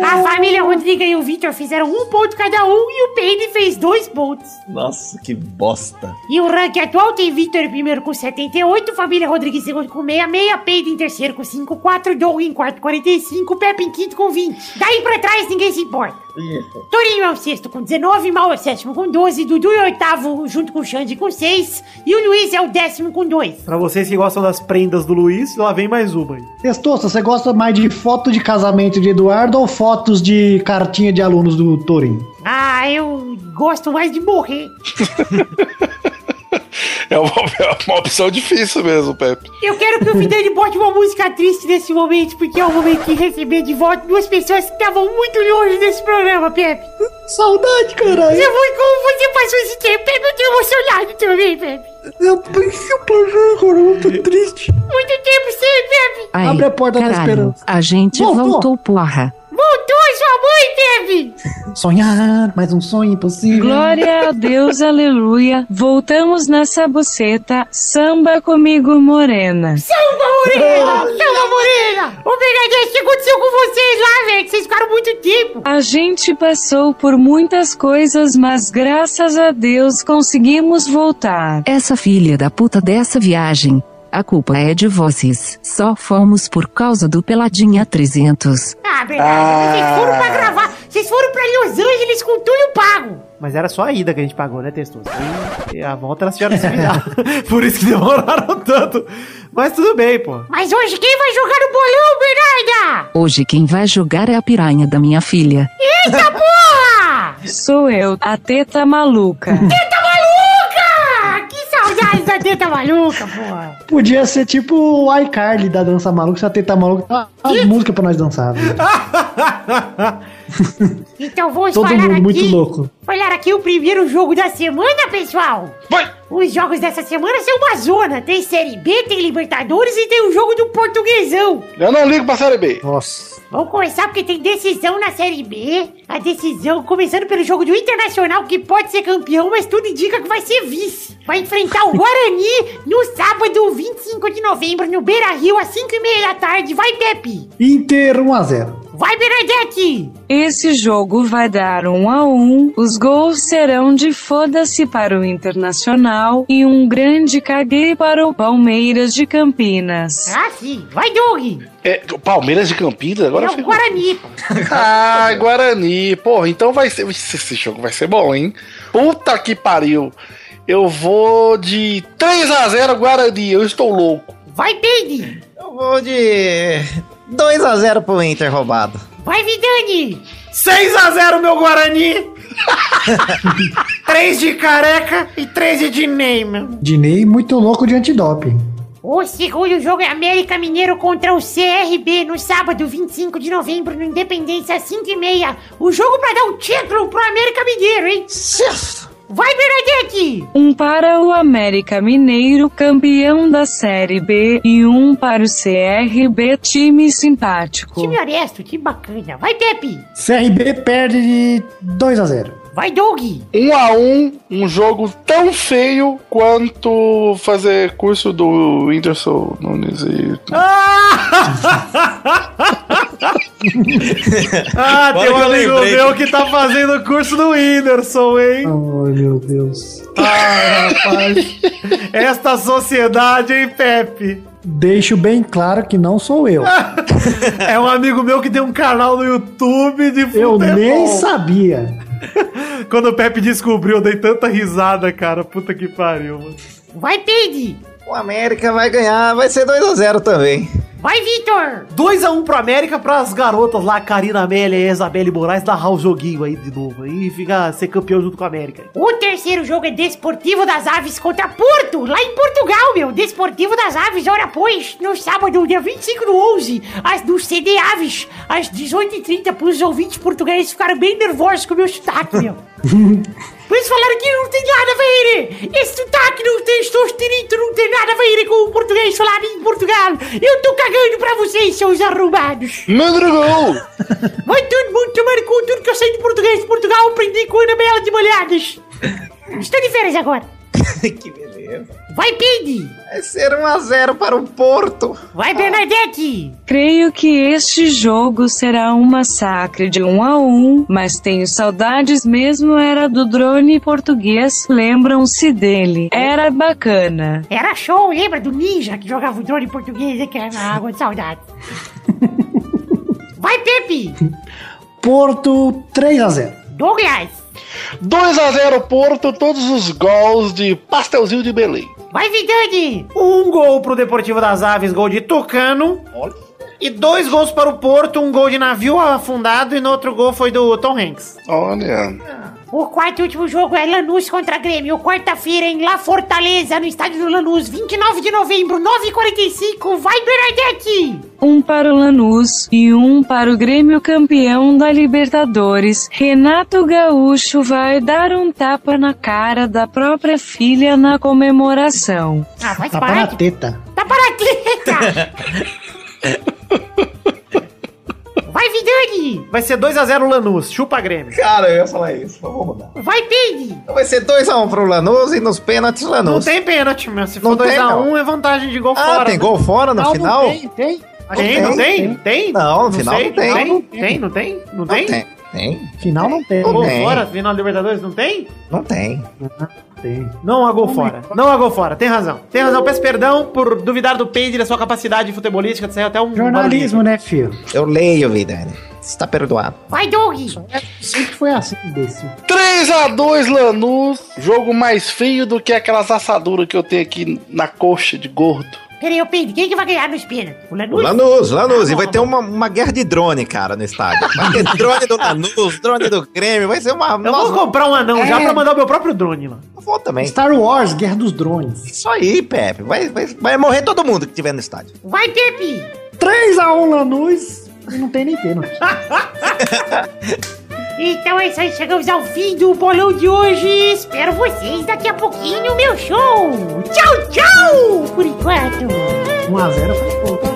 [SPEAKER 9] A família Rodriga e o Victor fizeram um ponto cada um e o Pedro fez dois pontos.
[SPEAKER 3] Nossa, que bosta.
[SPEAKER 9] E o ranking atual tem Victor em primeiro com 78, Família Rodrigo em segundo com 66, Peide em terceiro com 54, Doug em quarto com 45, Pepe em quinto com 20. Daí pra trás ninguém se importa. Torinho é o sexto com 19, Mal é o sétimo com 12, Dudu é o oitavo junto com o Xande com 6 e o Luiz é o décimo com 2.
[SPEAKER 4] Pra vocês que gostam das prendas do Luiz, lá vem mais uma aí.
[SPEAKER 7] Testosta, você gosta mais de foto de casamento de Eduardo ou fotos de cartinha de alunos do Torinho?
[SPEAKER 9] Ah, eu gosto mais de morrer.
[SPEAKER 5] É uma, é uma opção difícil mesmo, Pepe.
[SPEAKER 9] Eu quero que o Vidani bote uma música triste nesse momento, porque é o momento que receber de volta duas pessoas que estavam muito longe desse programa, Pepe.
[SPEAKER 7] Saudade, caralho!
[SPEAKER 9] Eu vou, como você passou esse tempo, Pepe, eu tô emocionado também, Pepe.
[SPEAKER 7] Eu pensei o programa agora, eu tô triste.
[SPEAKER 9] Muito tempo sem, Pepe.
[SPEAKER 10] Ai,
[SPEAKER 7] Abre a porta tá da esperança.
[SPEAKER 10] A gente
[SPEAKER 7] Voltou.
[SPEAKER 10] voltou, porra.
[SPEAKER 9] Voltou a sua mãe, Pepe.
[SPEAKER 7] Sonhar, mais um sonho impossível.
[SPEAKER 10] Glória a Deus, aleluia. Voltamos nessa buceta. Samba comigo, morena.
[SPEAKER 9] Salva,
[SPEAKER 7] [LAUGHS]
[SPEAKER 9] Morena. Salva, Morena. Obrigado, o que aconteceu com vocês lá, velho, que vocês ficaram muito tempo.
[SPEAKER 10] A gente passou por muitas coisas, mas graças a Deus conseguimos voltar.
[SPEAKER 11] Essa filha da puta dessa viagem A culpa é de vocês. Só fomos por causa do Peladinha 300.
[SPEAKER 9] Ah, verdade. Vocês foram pra gravar. Vocês foram pra Los Angeles com tudo pago.
[SPEAKER 4] Mas era só a ida que a gente pagou, né, Testoso? E a volta elas tiveram que se virar. [LAUGHS] Por isso que demoraram tanto. Mas tudo bem, pô.
[SPEAKER 9] Mas hoje quem vai jogar o bolão, Bernarda?
[SPEAKER 11] Hoje quem vai jogar é a piranha da minha filha.
[SPEAKER 7] [LAUGHS]
[SPEAKER 9] Eita porra!
[SPEAKER 10] Sou eu, a teta maluca.
[SPEAKER 9] Teta maluca! Que saudade da teta maluca, porra.
[SPEAKER 7] Podia ser tipo o iCarly da dança maluca, se a teta maluca tá uma música pra nós dançar. velho.
[SPEAKER 9] Então Ah, vamos
[SPEAKER 7] Todo
[SPEAKER 9] falar
[SPEAKER 7] mundo
[SPEAKER 9] aqui.
[SPEAKER 7] muito louco.
[SPEAKER 9] Falar aqui o primeiro jogo da semana, pessoal. Os jogos dessa semana são uma zona. Tem Série B, tem Libertadores e tem o jogo do Portuguesão.
[SPEAKER 5] Eu não ligo pra série B.
[SPEAKER 7] Nossa.
[SPEAKER 9] Vamos começar porque tem decisão na Série B. A decisão começando pelo jogo do Internacional, que pode ser campeão, mas tudo indica que vai ser vice. Vai enfrentar [LAUGHS] o Guarani no sábado, 25 de novembro, no Beira Rio, às 5h30 da tarde. Vai, Pepe!
[SPEAKER 7] Inter 1x0.
[SPEAKER 9] Vai, Bernadette!
[SPEAKER 10] Esse jogo vai dar um a um. Os gols serão de foda-se para o Internacional e um grande caguei para o Palmeiras de Campinas.
[SPEAKER 9] Ah, sim! Vai, Doug!
[SPEAKER 5] É, Palmeiras de Campinas, agora
[SPEAKER 9] é o
[SPEAKER 5] ficou.
[SPEAKER 9] Guarani, pô.
[SPEAKER 5] [LAUGHS] Ah, Guarani. Porra, então vai ser. Ixi, Esse jogo vai ser bom, hein? Puta que pariu. Eu vou de 3x0 Guarani. Eu estou louco.
[SPEAKER 9] Vai, Peide!
[SPEAKER 3] Eu vou de 2x0 pro Inter roubado.
[SPEAKER 9] Vai, Vidani!
[SPEAKER 4] 6x0, meu
[SPEAKER 9] [LAUGHS]
[SPEAKER 4] Guarani!
[SPEAKER 9] 3 de careca e 13 de Neymar.
[SPEAKER 7] Dinei muito louco de antidoping.
[SPEAKER 9] O segundo jogo é América Mineiro contra o CRB no sábado 25 de novembro, no Independência, às 5h30. O jogo pra dar o título pro América Mineiro, hein? Vai, Bernadette!
[SPEAKER 10] Um para o América Mineiro, campeão da Série B, e um para o CRB, time simpático.
[SPEAKER 9] Time honesto, time bacana. Vai, Pepe!
[SPEAKER 7] CRB perde de 2x0.
[SPEAKER 9] Vai, Doug!
[SPEAKER 5] 1x1, um jogo tão feio quanto fazer curso do Whindersson Nunes e.
[SPEAKER 4] Ah,
[SPEAKER 3] Agora
[SPEAKER 4] tem um
[SPEAKER 3] que eu
[SPEAKER 4] amigo
[SPEAKER 3] lembrei.
[SPEAKER 4] meu que tá fazendo o curso do Whindersson, hein?
[SPEAKER 7] Ai, meu Deus.
[SPEAKER 9] [LAUGHS]
[SPEAKER 4] Rapaz, esta sociedade, hein, Pepe?
[SPEAKER 7] Deixo bem claro que não sou eu.
[SPEAKER 4] [LAUGHS] É um amigo meu que tem um canal no YouTube de
[SPEAKER 7] Eu
[SPEAKER 4] futebol.
[SPEAKER 7] nem sabia.
[SPEAKER 4] [LAUGHS] Quando o Pepe descobriu, eu dei tanta risada, cara. Puta que pariu. mano.
[SPEAKER 9] Vai, Peide!
[SPEAKER 3] O América vai ganhar, vai ser 2x0 também.
[SPEAKER 9] Vai, Vitor!
[SPEAKER 4] 2x1 pro América, pras garotas lá, Karina Amélia e Isabelle Moraes, narrar o joguinho aí de novo. E ficar ser campeão junto com a América.
[SPEAKER 7] [LAUGHS]
[SPEAKER 9] O terceiro jogo é Desportivo das Aves contra Porto, lá em Portugal, meu. Desportivo das Aves, hora pois, no sábado, dia 25 do 11, as, do CD Aves, às 18h30, pros ouvintes portugueses ficaram bem nervosos com o meu sotaque, meu. Por isso falaram que não tem nada a ver. Esse sotaque não tem estortirito, não tem nada a ver com o português falado em Portugal. Eu tô cagando pra vocês, seus arrumados.
[SPEAKER 5] Madrugou!
[SPEAKER 9] Vai todo mundo tomar com tudo que eu sei de português de Portugal, aprendi com a Anabela de Molhadas. Estou de férias agora.
[SPEAKER 3] [LAUGHS] que beleza.
[SPEAKER 9] Vai, Pidi!
[SPEAKER 3] Vai ser 1x0 para o Porto.
[SPEAKER 9] Vai, Bernadette!
[SPEAKER 10] Creio que este jogo será um massacre de um a um, mas tenho saudades mesmo era do drone português, lembram-se dele. Era bacana.
[SPEAKER 9] Era show, lembra do ninja que jogava o drone em português e que era na água de saudade? Vai, Pepe!
[SPEAKER 7] Porto 3x0.
[SPEAKER 9] Douglas!
[SPEAKER 5] 2x0 Porto, todos os gols de Pastelzinho de Belém.
[SPEAKER 9] Vai, Vidani!
[SPEAKER 4] Um gol pro Deportivo das Aves, gol de Tucano. E dois gols para o Porto, um gol de navio afundado e no outro gol foi do Tom Hanks.
[SPEAKER 5] Olha.
[SPEAKER 9] O quarto e último jogo é Lanús contra Grêmio, quarta-feira em La Fortaleza, no estádio do Lanús, 29 de novembro, 9h45. Vai, Bernadette!
[SPEAKER 10] Um para o Lanús e um para o Grêmio campeão da Libertadores. Renato Gaúcho vai dar um tapa na cara da própria filha na comemoração.
[SPEAKER 9] Ah, vai
[SPEAKER 7] Tá
[SPEAKER 9] parar
[SPEAKER 7] para a
[SPEAKER 9] de...
[SPEAKER 7] teta.
[SPEAKER 9] Tá parateta! Vai, Vidani!
[SPEAKER 4] Vai ser 2x0 Lanús, chupa Grêmio.
[SPEAKER 3] Cara, eu ia falar isso. Vamos mudar.
[SPEAKER 9] Vai, Peide!
[SPEAKER 3] Então vai ser 2x1 pro Lanús e nos pênaltis
[SPEAKER 4] Não
[SPEAKER 3] Lanús.
[SPEAKER 4] tem pênalti, meu. Se for
[SPEAKER 3] Não
[SPEAKER 4] 2x1
[SPEAKER 3] tem, não.
[SPEAKER 4] é vantagem de gol
[SPEAKER 3] ah,
[SPEAKER 4] fora.
[SPEAKER 3] tem gol fora no
[SPEAKER 7] Não, não
[SPEAKER 3] final?
[SPEAKER 7] Tem, tem.
[SPEAKER 4] Tem, não tem? Tem?
[SPEAKER 3] Não, no final
[SPEAKER 4] sei,
[SPEAKER 3] não tem.
[SPEAKER 4] Não tem, não tem? Não tem?
[SPEAKER 3] Tem,
[SPEAKER 7] Final não tem.
[SPEAKER 4] Gol
[SPEAKER 3] Tem.
[SPEAKER 4] fora, final da Libertadores, não tem?
[SPEAKER 3] não tem.
[SPEAKER 2] Tem.
[SPEAKER 4] Não a gol fora. Não a gol fora. Tem razão. Tem razão. Peço perdão por duvidar do Peide e da sua capacidade futebolística de sair até um.
[SPEAKER 7] Jornalismo, né, filho?
[SPEAKER 3] Eu leio, Vidani. Você tá perdoado.
[SPEAKER 9] Vai, Doug!
[SPEAKER 7] Sempre foi assim, desse.
[SPEAKER 5] 3x2 Lanús, jogo mais feio do que aquelas assaduras que eu tenho aqui na coxa de gordo.
[SPEAKER 9] Peraí, ô Pedro, quem é que vai ganhar nos pênaltis? O Lanús?
[SPEAKER 3] Lanús, Lanús. E
[SPEAKER 4] é
[SPEAKER 3] vai ter uma, uma guerra de drone, cara, no estádio.
[SPEAKER 4] [LAUGHS]
[SPEAKER 3] Vai ter drone do Lanús, drone do Grêmio. Vai ser é uma.
[SPEAKER 4] Eu vou comprar um anão já pra mandar o meu próprio drone lá.
[SPEAKER 3] Vou também.
[SPEAKER 7] É. Star Wars, Guerra dos Drones.
[SPEAKER 3] Isso aí, Pepe. Vai, vai, vai morrer todo mundo que tiver no estádio.
[SPEAKER 9] Vai, Pepe!
[SPEAKER 7] 3x1 Lanús e não tem nem pênalti.
[SPEAKER 9] Então é isso aí, chegamos ao fim do bolão de hoje. Espero vocês daqui a pouquinho no meu show. Tchau, tchau! Por enquanto.
[SPEAKER 7] 1x0 faz pouco.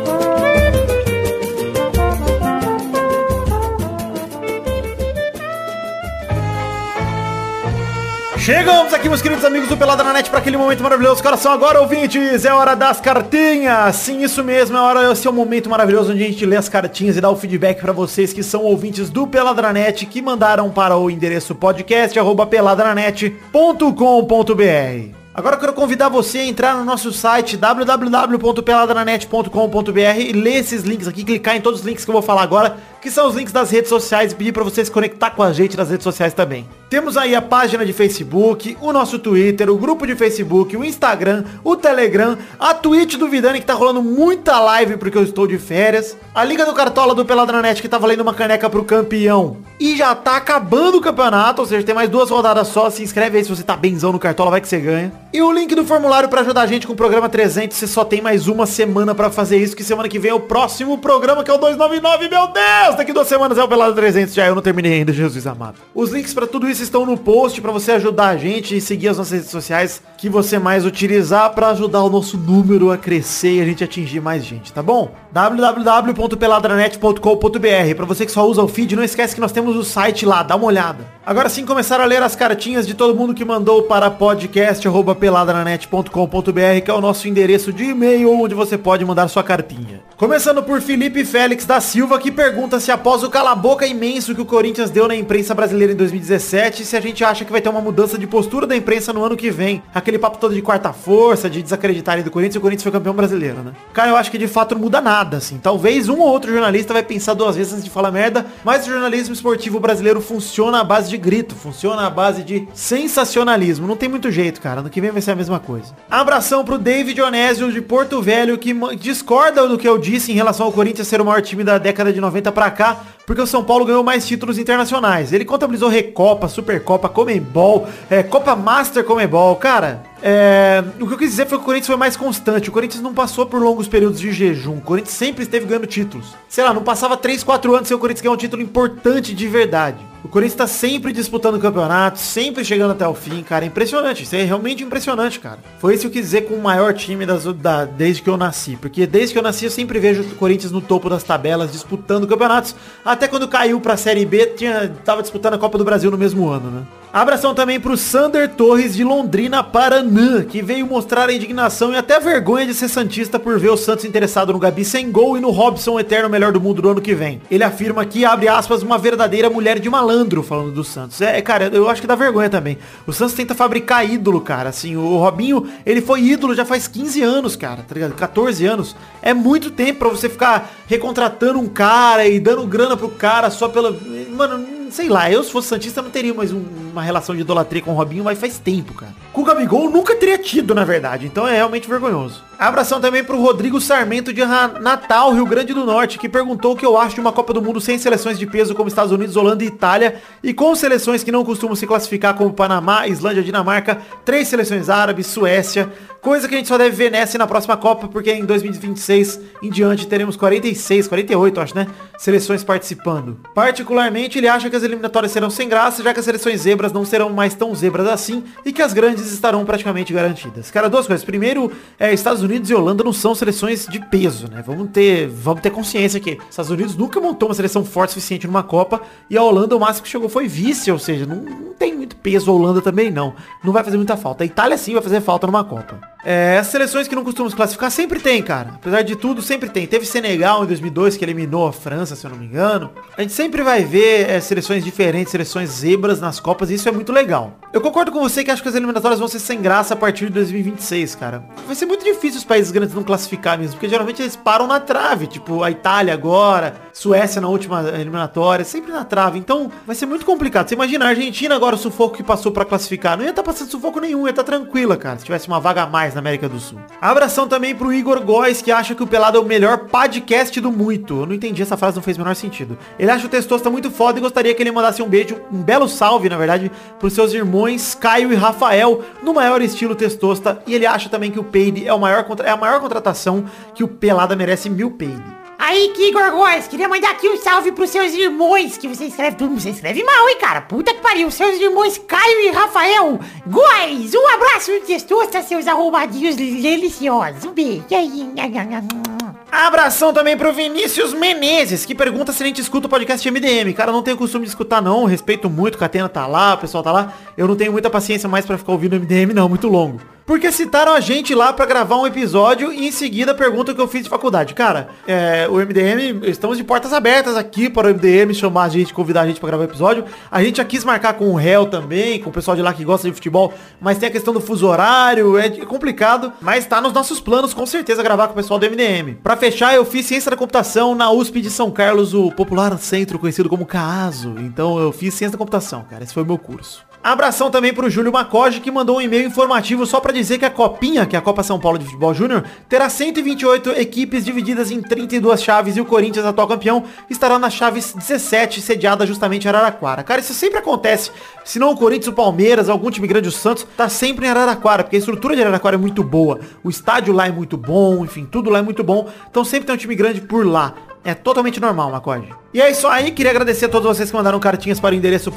[SPEAKER 4] Chegamos aqui, meus queridos amigos do Pelada na Net, para aquele momento maravilhoso. Coração agora, ouvintes, é hora das cartinhas. Sim, isso mesmo, é hora, esse é o momento maravilhoso onde a gente lê as cartinhas e dá o feedback para vocês que são ouvintes do Pelada na Net, que mandaram para o endereço podcast, arroba peladranet.com.br. Agora eu quero convidar você a entrar no nosso site www.peladranet.com.br e ler esses links aqui, clicar em todos os links que eu vou falar agora, que são os links das redes sociais e pedir para você se conectar com a gente nas redes sociais também. Temos aí a página de Facebook, o nosso Twitter, o grupo de Facebook, o Instagram, o Telegram, a Twitch do Vidani que tá rolando muita live porque eu estou de férias, a Liga do Cartola do Peladranet que tá valendo uma caneca pro campeão e já tá acabando o campeonato, ou seja, tem mais duas rodadas só, se inscreve aí se você tá benzão no Cartola, vai que você ganha. E o link do formulário para ajudar a gente com o programa 300, você só tem mais uma semana para fazer isso, que semana que vem é o próximo programa que é o 299, meu Deus! Daqui duas semanas é o Pelado 300, já eu não terminei ainda, Jesus amado. Os links para tudo isso estão no post para você ajudar a gente e seguir as nossas redes sociais que você mais utilizar para ajudar o nosso número a crescer e a gente atingir mais gente, tá bom? www.peladranet.com.br Para você que só usa o feed, não esquece que nós temos o site lá, dá uma olhada. Agora sim começar a ler as cartinhas de todo mundo que mandou para podcast@peladranet.com.br, que é o nosso endereço de e-mail onde você pode mandar sua cartinha. Começando por Felipe Félix da Silva que pergunta se após o cala-boca imenso que o Corinthians deu na imprensa brasileira em 2017, se a gente acha que vai ter uma mudança de postura da imprensa no ano que vem. Aquele papo todo de quarta força, de desacreditarem do Corinthians, e o Corinthians foi campeão brasileiro, né? Cara, eu acho que de fato não muda nada, assim. Talvez um ou outro jornalista vai pensar duas vezes antes de falar merda, mas o jornalismo esportivo brasileiro funciona à base de grito, funciona à base de sensacionalismo. Não tem muito jeito, cara. No que vem vai ser a mesma coisa. Abração pro David Onésio de Porto Velho, que ma- discorda do que eu disse em relação ao Corinthians ser o maior time da década de 90 pra cá, porque o São Paulo ganhou mais títulos internacionais. Ele contabilizou Recopa, Supercopa, Comembol, é, Copa Master Comembol. Cara, é, o que eu quis dizer foi que o Corinthians foi mais constante. O Corinthians não passou por longos períodos de jejum. O Corinthians sempre esteve ganhando títulos. Sei lá, não passava 3, 4 anos sem o Corinthians ganhar um título importante de verdade. O Corinthians tá sempre disputando o campeonato, sempre chegando até o fim, cara. É Impressionante, isso é realmente impressionante, cara. Foi isso que eu quis dizer com o maior time das- da- desde que eu nasci. Porque desde que eu nasci eu sempre vejo o Corinthians no topo das tabelas, disputando campeonatos. Até quando caiu pra Série B, tinha, tava disputando a Copa do Brasil no mesmo ano, né? Abração também pro Sander Torres de Londrina, Paranã, que veio mostrar a indignação e até vergonha de ser Santista por ver o Santos interessado no Gabi sem gol e no Robson Eterno melhor do mundo do ano que vem. Ele afirma aqui, abre aspas, uma verdadeira mulher de malandro, falando do Santos. É, cara, eu acho que dá vergonha também. O Santos tenta fabricar ídolo, cara, assim, o Robinho, ele foi ídolo já faz 15 anos, cara, tá ligado? 14 anos. É muito tempo pra você ficar recontratando um cara e dando grana pro cara só pela... Mano, sei lá, eu se fosse Santista não teria mais um- uma relação de idolatria com o Robinho, mas faz tempo, cara. Com o Gabigol nunca teria tido, na verdade, então é realmente vergonhoso. Abração também pro Rodrigo Sarmento de Ra- Natal, Rio Grande do Norte, que perguntou o que eu acho de uma Copa do Mundo sem seleções de peso como Estados Unidos, Holanda e Itália, e com seleções que não costumam se classificar como Panamá, Islândia, Dinamarca, três seleções árabes, Suécia, coisa que a gente só deve ver nessa e na próxima Copa, porque é em 2026 em diante teremos 46, 48, acho, né? Seleções participando. Particularmente, ele acha que as eliminatórias serão sem graça, já que as seleções zebras não serão mais tão zebras assim e que as grandes estarão praticamente garantidas. Cara, duas coisas. Primeiro, é, Estados Unidos e Holanda não são seleções de peso, né? Vamos ter, vamos ter consciência que Estados Unidos nunca montou uma seleção forte o suficiente numa Copa e a Holanda o máximo que chegou foi vice, ou seja, não, não tem muito peso a Holanda também não. Não vai fazer muita falta. A Itália sim vai fazer falta numa Copa. É, as seleções que não costumam se classificar sempre tem, cara. Apesar de tudo, sempre tem. Teve Senegal em 2002 que eliminou a França, se eu não me engano. A gente sempre vai ver é, seleções diferentes, seleções zebras nas Copas e isso é muito legal. Eu concordo com você que acho que as eliminatórias vão ser sem graça a partir de 2026, cara. Vai ser muito difícil os países grandes não classificar mesmo, porque geralmente eles param na trave, tipo a Itália agora, Suécia na última eliminatória, sempre na trave. Então vai ser muito complicado. Você imagina a Argentina agora o sufoco que passou pra classificar. Não ia estar passando sufoco nenhum, ia estar tranquila, cara, se tivesse uma vaga a mais na América do Sul. Abração também pro Igor Góes, que acha que o Pelado é o melhor podcast do muito. Eu não entendi essa frase, não fez o menor sentido. Ele acha o Testosta muito foda e gostaria que ele mandasse um beijo, um belo salve, na verdade, pros seus irmãos Caio e Rafael, no maior estilo Testosta. E ele acha também que o Peide é, o maior contra- é a maior contratação que o Pelada merece mil Peide.
[SPEAKER 9] Aí, que Igor Góes, queria mandar aqui um salve pros seus irmãos, que você escreve tudo, você escreve mal, hein, cara? Puta que pariu, seus irmãos Caio e Rafael. Góes, um abraço no testosta, seus arrumadinhos deliciosos. Um beijo. E aí, nha, nha, nha, nha.
[SPEAKER 4] Abração também pro Vinícius Menezes, que pergunta se a gente escuta o podcast MDM. Cara, eu não tenho costume de escutar não, respeito muito, Catena tá lá, o pessoal tá lá. Eu não tenho muita paciência mais pra ficar ouvindo MDM não, muito longo. Porque citaram a gente lá pra gravar um episódio e em seguida perguntam o que eu fiz de faculdade. Cara, é, o MDM, estamos de portas abertas aqui para o MDM chamar a gente, convidar a gente pra gravar o episódio. A gente já quis marcar com o réu também, com o pessoal de lá que gosta de futebol, mas tem a questão do fuso horário, é complicado, mas tá nos nossos planos com certeza gravar com o pessoal do MDM. Pra fechar, eu fiz ciência da computação na USP de São Carlos, o popular centro conhecido como CAASO. Então eu fiz ciência da computação, cara, esse foi o meu curso. Abração também pro Júlio Macoge, que mandou um e-mail informativo só pra dizer que a Copinha, que é a Copa São Paulo de Futebol Júnior, terá 128 equipes divididas em 32 chaves e o Corinthians, atual campeão, estará na chave 17, sediada justamente em Araraquara. Cara, isso sempre acontece. Se não o Corinthians, o Palmeiras, algum time grande, o Santos, tá sempre em Araraquara, porque a estrutura de Araraquara é muito boa, o estádio lá é muito bom, enfim, tudo lá é muito bom. Então sempre tem um time grande por lá. É totalmente normal, Macode. E é isso aí, queria agradecer a todos vocês que mandaram cartinhas para o endereço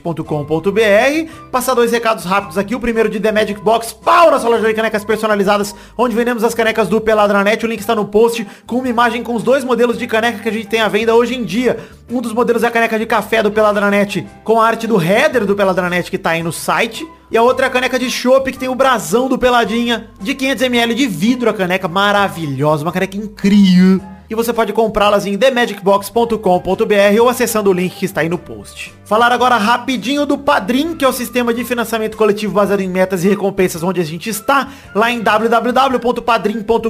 [SPEAKER 4] podcast.peladranet.com.br Passar dois recados rápidos aqui, o primeiro de The Magic Box, pau na sua loja de canecas personalizadas, onde vendemos as canecas do Peladranet, o link está no post, com uma imagem com os dois modelos de caneca que a gente tem à venda hoje em dia. Um dos modelos é a caneca de café do Peladranet, com a arte do header do Peladranet que tá aí no site. E a outra é a caneca de chopp que tem o brasão do Peladinha, de 500ml de vidro a caneca, maravilhosa, uma caneca incrível. E você pode comprá-las em themagicbox.com.br ou acessando o link que está aí no post. Falar agora rapidinho do Padrim, que é o sistema de financiamento coletivo baseado em metas e recompensas onde a gente está, lá em www.padrim.com.br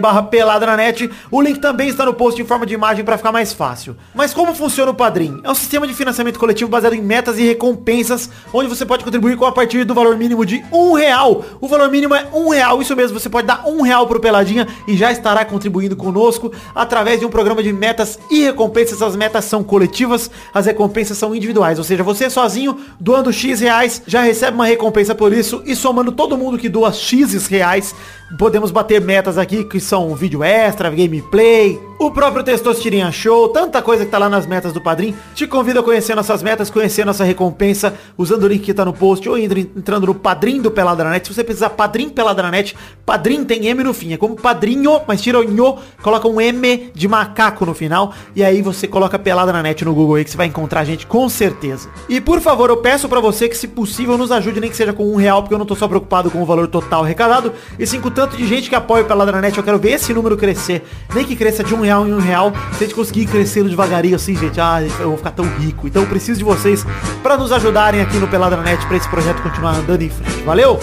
[SPEAKER 4] barra peladranet. O link também está no post em forma de imagem para ficar mais fácil. Mas como funciona o Padrim? É um sistema de financiamento coletivo baseado em metas e recompensas, onde você pode contribuir com a partir do valor mínimo de um real. O valor mínimo é um real, isso mesmo, você pode dar um real pro Peladinha e já estará contribuindo conosco através de um programa de metas e recompensas. As metas são coletivas, as recompensas são individuais, ou seja, você sozinho, doando X reais, já recebe uma recompensa por isso e somando todo mundo que doa X reais, podemos bater metas aqui que são um vídeo extra, gameplay, o próprio Testosterinha Show, tanta coisa que tá lá nas metas do Padrim. Te convido a conhecer nossas metas, conhecer nossa recompensa, usando o link que tá no post ou entra- entrando no Padrim do Peladranet. Se você precisar Padrim Peladranet, Padrim tem M no fim. É como Padrinho, mas tira o nho, coloca um M de macaco no final. E aí você coloca Peladranet no Google aí que você vai encontrar a gente com certeza. E por favor, eu peço pra você que se possível nos ajude, nem que seja com um real, porque eu não tô só preocupado com o valor total arrecadado. E sim com o tanto de gente que apoia o Peladranet, eu quero ver esse número crescer. Nem que cresça de um real em um real, se a gente conseguir crescendo devagarinho assim, gente, ah, eu vou ficar tão rico. Então eu preciso de vocês pra nos ajudarem aqui no Peladranet pra esse projeto continuar andando em frente. Valeu?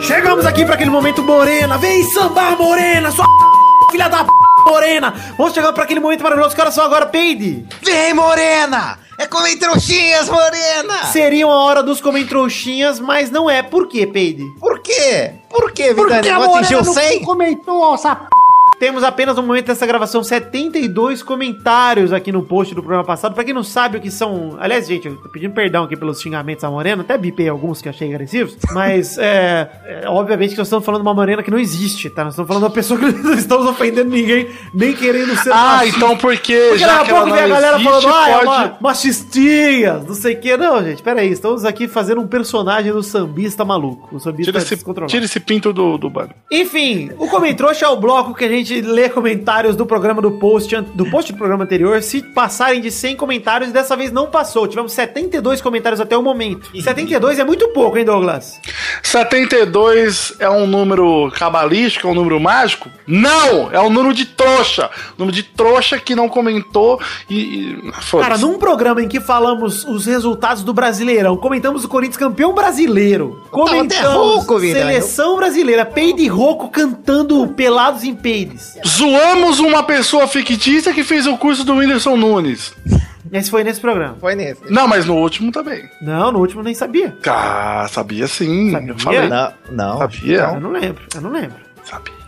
[SPEAKER 4] Chegamos aqui pra aquele momento morena. Vem sambar morena, sua filha da morena. Vamos chegar pra aquele momento maravilhoso. Que horas são agora, Peide? Vem morena! É comer trouxinhas, morena! Seria uma hora dos comer trouxinhas, mas não é. Por quê, Peide? Por quê? Por quê,
[SPEAKER 7] Por que a Morena não comentou essa p...
[SPEAKER 4] Temos apenas no momento dessa gravação 72 comentários aqui no post do programa passado. Pra quem não sabe o que são. Aliás, gente, eu tô pedindo perdão aqui pelos xingamentos à Morena, até bipei alguns que eu achei agressivos, mas [LAUGHS] é, é, Obviamente que nós estamos falando de uma Morena que não existe, tá? Nós estamos falando de uma pessoa que [LAUGHS] não estamos ofendendo ninguém, nem querendo ser.
[SPEAKER 5] Ah,
[SPEAKER 4] machista.
[SPEAKER 5] então porque já
[SPEAKER 4] daqui
[SPEAKER 5] que
[SPEAKER 4] a
[SPEAKER 5] ela
[SPEAKER 4] pouco vem a
[SPEAKER 5] não
[SPEAKER 4] galera
[SPEAKER 5] existe,
[SPEAKER 4] falando, ah, é uma
[SPEAKER 5] pode-
[SPEAKER 4] machistinhas, não sei o que. Não, gente, peraí, estamos aqui fazendo um personagem do sambista maluco. O sambista
[SPEAKER 5] Tira esse,
[SPEAKER 4] descontrolado.
[SPEAKER 5] tira esse pinto do, do banho.
[SPEAKER 4] Enfim, o Comentrouxa é o bloco que a gente lê comentários do programa do post, an- do post do programa anterior, se passarem de 100 comentários, dessa vez não passou. Tivemos 72 comentários até o momento. 72 é muito pouco, hein, Douglas?
[SPEAKER 5] 72 é um número cabalístico, é um número mágico? Não! É um número de trouxa. Número de trouxa que não comentou e. e
[SPEAKER 4] Cara,
[SPEAKER 5] foda-se.
[SPEAKER 4] num programa em que falamos os resultados do Brasileirão, comentamos o Corinthians campeão brasileiro,
[SPEAKER 3] até
[SPEAKER 4] comentamos
[SPEAKER 3] rouco, Vidani.
[SPEAKER 4] seleção brasileira, Peide e Roco cantando pelados em peides.
[SPEAKER 5] Zoamos uma pessoa fictícia que fez o curso do Whindersson Nunes.
[SPEAKER 4] Esse foi nesse programa.
[SPEAKER 3] Foi nesse.
[SPEAKER 5] Não, mas no último também.
[SPEAKER 4] Não, no último eu nem sabia.
[SPEAKER 5] Ah, sabia sim. Eu falei.
[SPEAKER 3] Não, não.
[SPEAKER 5] Sabia?
[SPEAKER 4] Eu não lembro, eu não lembro.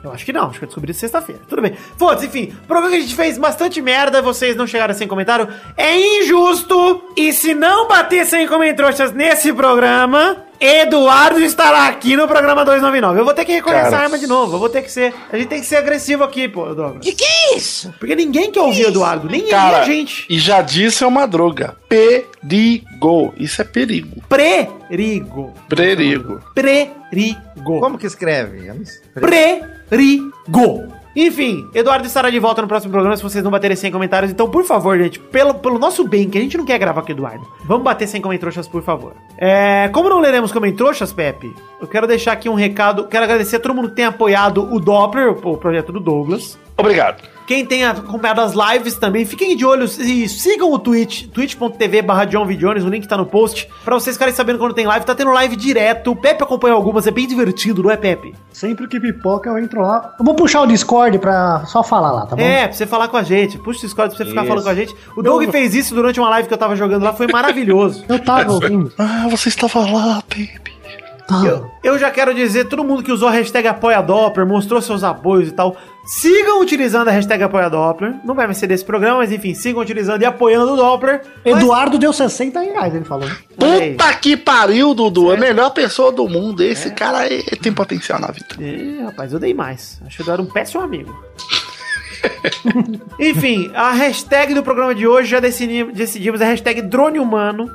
[SPEAKER 4] Eu acho que não, acho que eu descobri sexta-feira. Tudo bem. Foda-se, enfim. O programa que a gente fez bastante merda, vocês não chegaram sem comentário. É injusto. E se não bater sem comentários nesse programa, Eduardo estará aqui no programa 299. Eu vou ter que recolher essa
[SPEAKER 5] Cara.
[SPEAKER 4] arma de novo. Eu vou ter que ser. A gente tem que ser agressivo aqui, pô, Douglas.
[SPEAKER 12] Que que é isso?
[SPEAKER 4] Porque ninguém quer ouvir Eduardo. Nem
[SPEAKER 5] Cara,
[SPEAKER 4] a gente.
[SPEAKER 5] E já disse é uma droga. Perigo. Isso é perigo.
[SPEAKER 4] Prerigo.
[SPEAKER 5] Perigo.
[SPEAKER 4] Prerigo.
[SPEAKER 3] Como que escreve? Eu não sei.
[SPEAKER 4] Prerigo. Enfim, Eduardo estará de volta no próximo programa se vocês não baterem 100 comentários. Então, por favor, gente, pelo, pelo nosso bem, que a gente não quer gravar com o Eduardo, vamos bater 100 comentroxas, por favor. É, como não leremos comentroxas, Pepe, eu quero deixar aqui um recado. Quero agradecer a todo mundo que tem apoiado o Doppler, o projeto do Douglas.
[SPEAKER 5] Obrigado.
[SPEAKER 4] Quem tem acompanhado as lives também, fiquem de olho e sigam o Twitch, twitch.tv barra John V. Jones, o link tá no post, pra vocês ficarem sabendo quando tem live, tá tendo live direto, o Pepe acompanha algumas, é bem divertido, não é, Pepe?
[SPEAKER 7] Sempre que pipoca eu entro lá. Eu vou puxar o Discord pra só falar lá, tá bom?
[SPEAKER 4] É, pra você falar com a gente, puxa o Discord pra você ficar
[SPEAKER 7] Isso.
[SPEAKER 4] falando com a gente. O Doug
[SPEAKER 7] Eu-
[SPEAKER 4] fez isso durante uma live que eu tava jogando lá, foi maravilhoso.
[SPEAKER 7] Eu [LAUGHS] tava ouvindo.
[SPEAKER 5] Ah, você estava lá, baby.
[SPEAKER 4] Eu, eu já quero dizer, todo mundo que usou a hashtag ApoiaDoppler, mostrou seus apoios e tal, sigam utilizando a hashtag ApoiaDoppler. Não vai mais ser desse programa, mas enfim, sigam utilizando e apoiando o Doppler. Mas-
[SPEAKER 7] Eduardo deu 60 reais, ele falou.
[SPEAKER 5] Puta Tá que pariu, Dudu. A melhor pessoa do mundo. Esse cara é- tem potencial na vida.
[SPEAKER 4] É, rapaz, eu dei mais. Acho que eu era um péssimo amigo. [LAUGHS] Enfim, a hashtag do programa de hoje já decidi- decidimos a hashtag drone
[SPEAKER 5] [LAUGHS]
[SPEAKER 4] humano.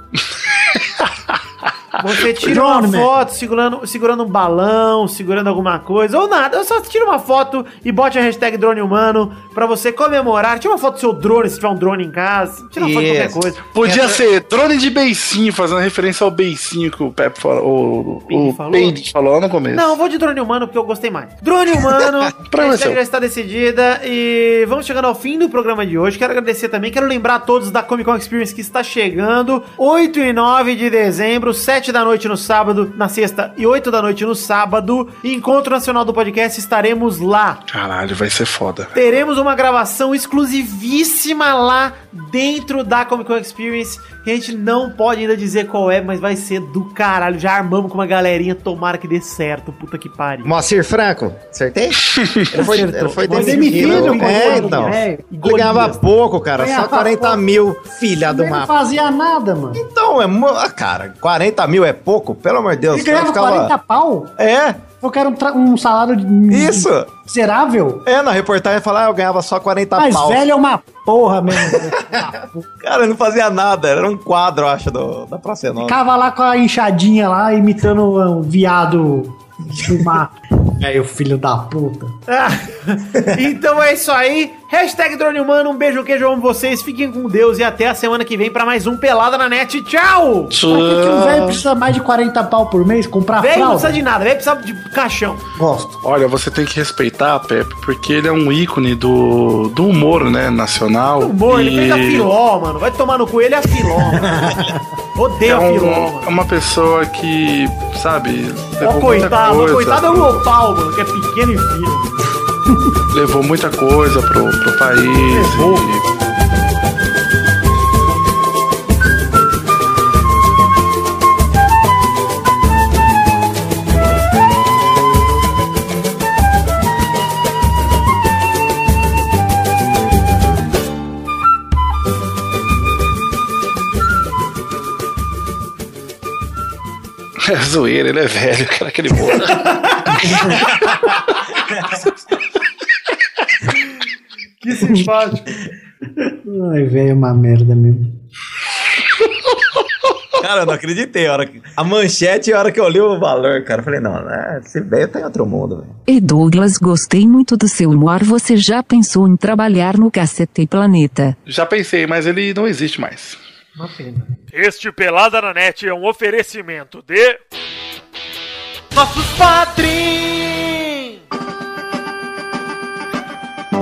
[SPEAKER 4] Você tira uma
[SPEAKER 7] Drone
[SPEAKER 5] né?
[SPEAKER 7] man.
[SPEAKER 4] foto segurando, segurando um balão, segurando alguma coisa, ou nada. Só tira uma foto e bote a hashtag drone humano pra você comemorar. Tira uma foto do seu drone, se tiver um drone em casa. Tira uma foto de qualquer
[SPEAKER 5] Isso.
[SPEAKER 4] coisa.
[SPEAKER 5] Podia
[SPEAKER 4] Entra-
[SPEAKER 5] ser drone de beicinho, fazendo referência ao beicinho que o Pepe falou. O, o
[SPEAKER 4] falou?
[SPEAKER 5] Peide falou lá no começo.
[SPEAKER 4] Não, eu vou de drone humano porque eu gostei mais. Drone humano, a
[SPEAKER 5] Programa
[SPEAKER 4] hashtag
[SPEAKER 5] seu.
[SPEAKER 4] já está decidida e vamos chegando ao fim do programa de hoje. Quero agradecer também, quero lembrar a todos da Comic Con Experience que está chegando 8 e 9 de dezembro, 7 da noite no sábado, na sexta e 8 da noite no sábado. Encontro Nacional do Podcast, estaremos lá.
[SPEAKER 5] Caralho, vai ser foda.
[SPEAKER 4] Teremos uma gravação exclusivíssima lá dentro da Comic Con Experience. Que a gente não pode ainda dizer qual é, mas vai ser do caralho. Já armamos com uma galerinha, tomara que dê certo. Puta que pariu.
[SPEAKER 3] Moacir Franco, [LAUGHS] acertei? Ele foi, ele foi
[SPEAKER 4] Foi
[SPEAKER 3] demitido.
[SPEAKER 4] demitido,
[SPEAKER 3] É,
[SPEAKER 4] Golias,
[SPEAKER 3] então.
[SPEAKER 4] velho.
[SPEAKER 3] Ganhava pouco, cara.
[SPEAKER 7] Ganhava
[SPEAKER 3] Só 40
[SPEAKER 7] pouco.
[SPEAKER 3] mil, filha do
[SPEAKER 7] Ele não
[SPEAKER 3] mapa.
[SPEAKER 7] fazia nada, mano.
[SPEAKER 3] Então, é. mo- ah, Cara, 40 mil é pouco? Pelo amor de Deus.
[SPEAKER 7] Ele ganhava
[SPEAKER 3] eu ficava-
[SPEAKER 7] 40 pau?
[SPEAKER 3] É.
[SPEAKER 7] Eu quero um, tra- um salário de...
[SPEAKER 3] Isso.
[SPEAKER 7] miserável.
[SPEAKER 3] É, na reportagem falar, eu ganhava só 40
[SPEAKER 7] Mas
[SPEAKER 3] pau.
[SPEAKER 7] velho é uma porra
[SPEAKER 3] [LAUGHS]
[SPEAKER 7] mesmo.
[SPEAKER 3] Cara, eu não fazia nada. Era um quadro, eu acho, do, da Praça Nova.
[SPEAKER 7] Ficava lá com a enxadinha lá, imitando um viado do mar. Velho, É, filho da puta.
[SPEAKER 4] Ah, [LAUGHS] então é isso aí. Hashtag Drone Humano, um beijo, queijo, eu amo vocês. Fiquem com Deus e até a semana que vem pra mais um Pelada na Net. Tchau!
[SPEAKER 7] Pra que, que o velho precisa mais de 40 pau por mês comprar
[SPEAKER 4] Velho não precisa
[SPEAKER 7] fralda?
[SPEAKER 4] de nada, velho precisa de caixão.
[SPEAKER 7] Gosto.
[SPEAKER 5] Olha, você tem que respeitar, Pepe, porque ele é um ícone do, do humor, né, nacional.
[SPEAKER 4] Humor, ele
[SPEAKER 5] E
[SPEAKER 4] fez a filó, mano. Vai tomar no cu, ele é a filó, mano.
[SPEAKER 5] [LAUGHS] É,
[SPEAKER 4] Odeio a
[SPEAKER 5] um-
[SPEAKER 4] filó, mano.
[SPEAKER 5] é uma pessoa que, sabe, levou
[SPEAKER 4] Ó,
[SPEAKER 5] é muita
[SPEAKER 4] coitado,
[SPEAKER 5] coisa.
[SPEAKER 4] coitado é o opal, mano, que é pequeno e fino.
[SPEAKER 5] levou muita coisa pro, pro país. e- É zoeira, ele é velho, [LAUGHS] cara, aquele bolo.
[SPEAKER 4] Que simpático.
[SPEAKER 7] [LAUGHS] Ai, velho, é uma merda mesmo.
[SPEAKER 3] Cara, eu não acreditei. A, hora que- a manchete e a hora que eu li o valor, cara, eu falei, não, né, esse velho tá em outro mundo, velho.
[SPEAKER 11] E Douglas, gostei muito do seu humor. Você já pensou em trabalhar no Cacete Planeta?
[SPEAKER 5] Já pensei, mas ele não existe mais.
[SPEAKER 4] Uma pena.
[SPEAKER 12] Este Pelada na Net é um oferecimento de.
[SPEAKER 4] Nossos patrins!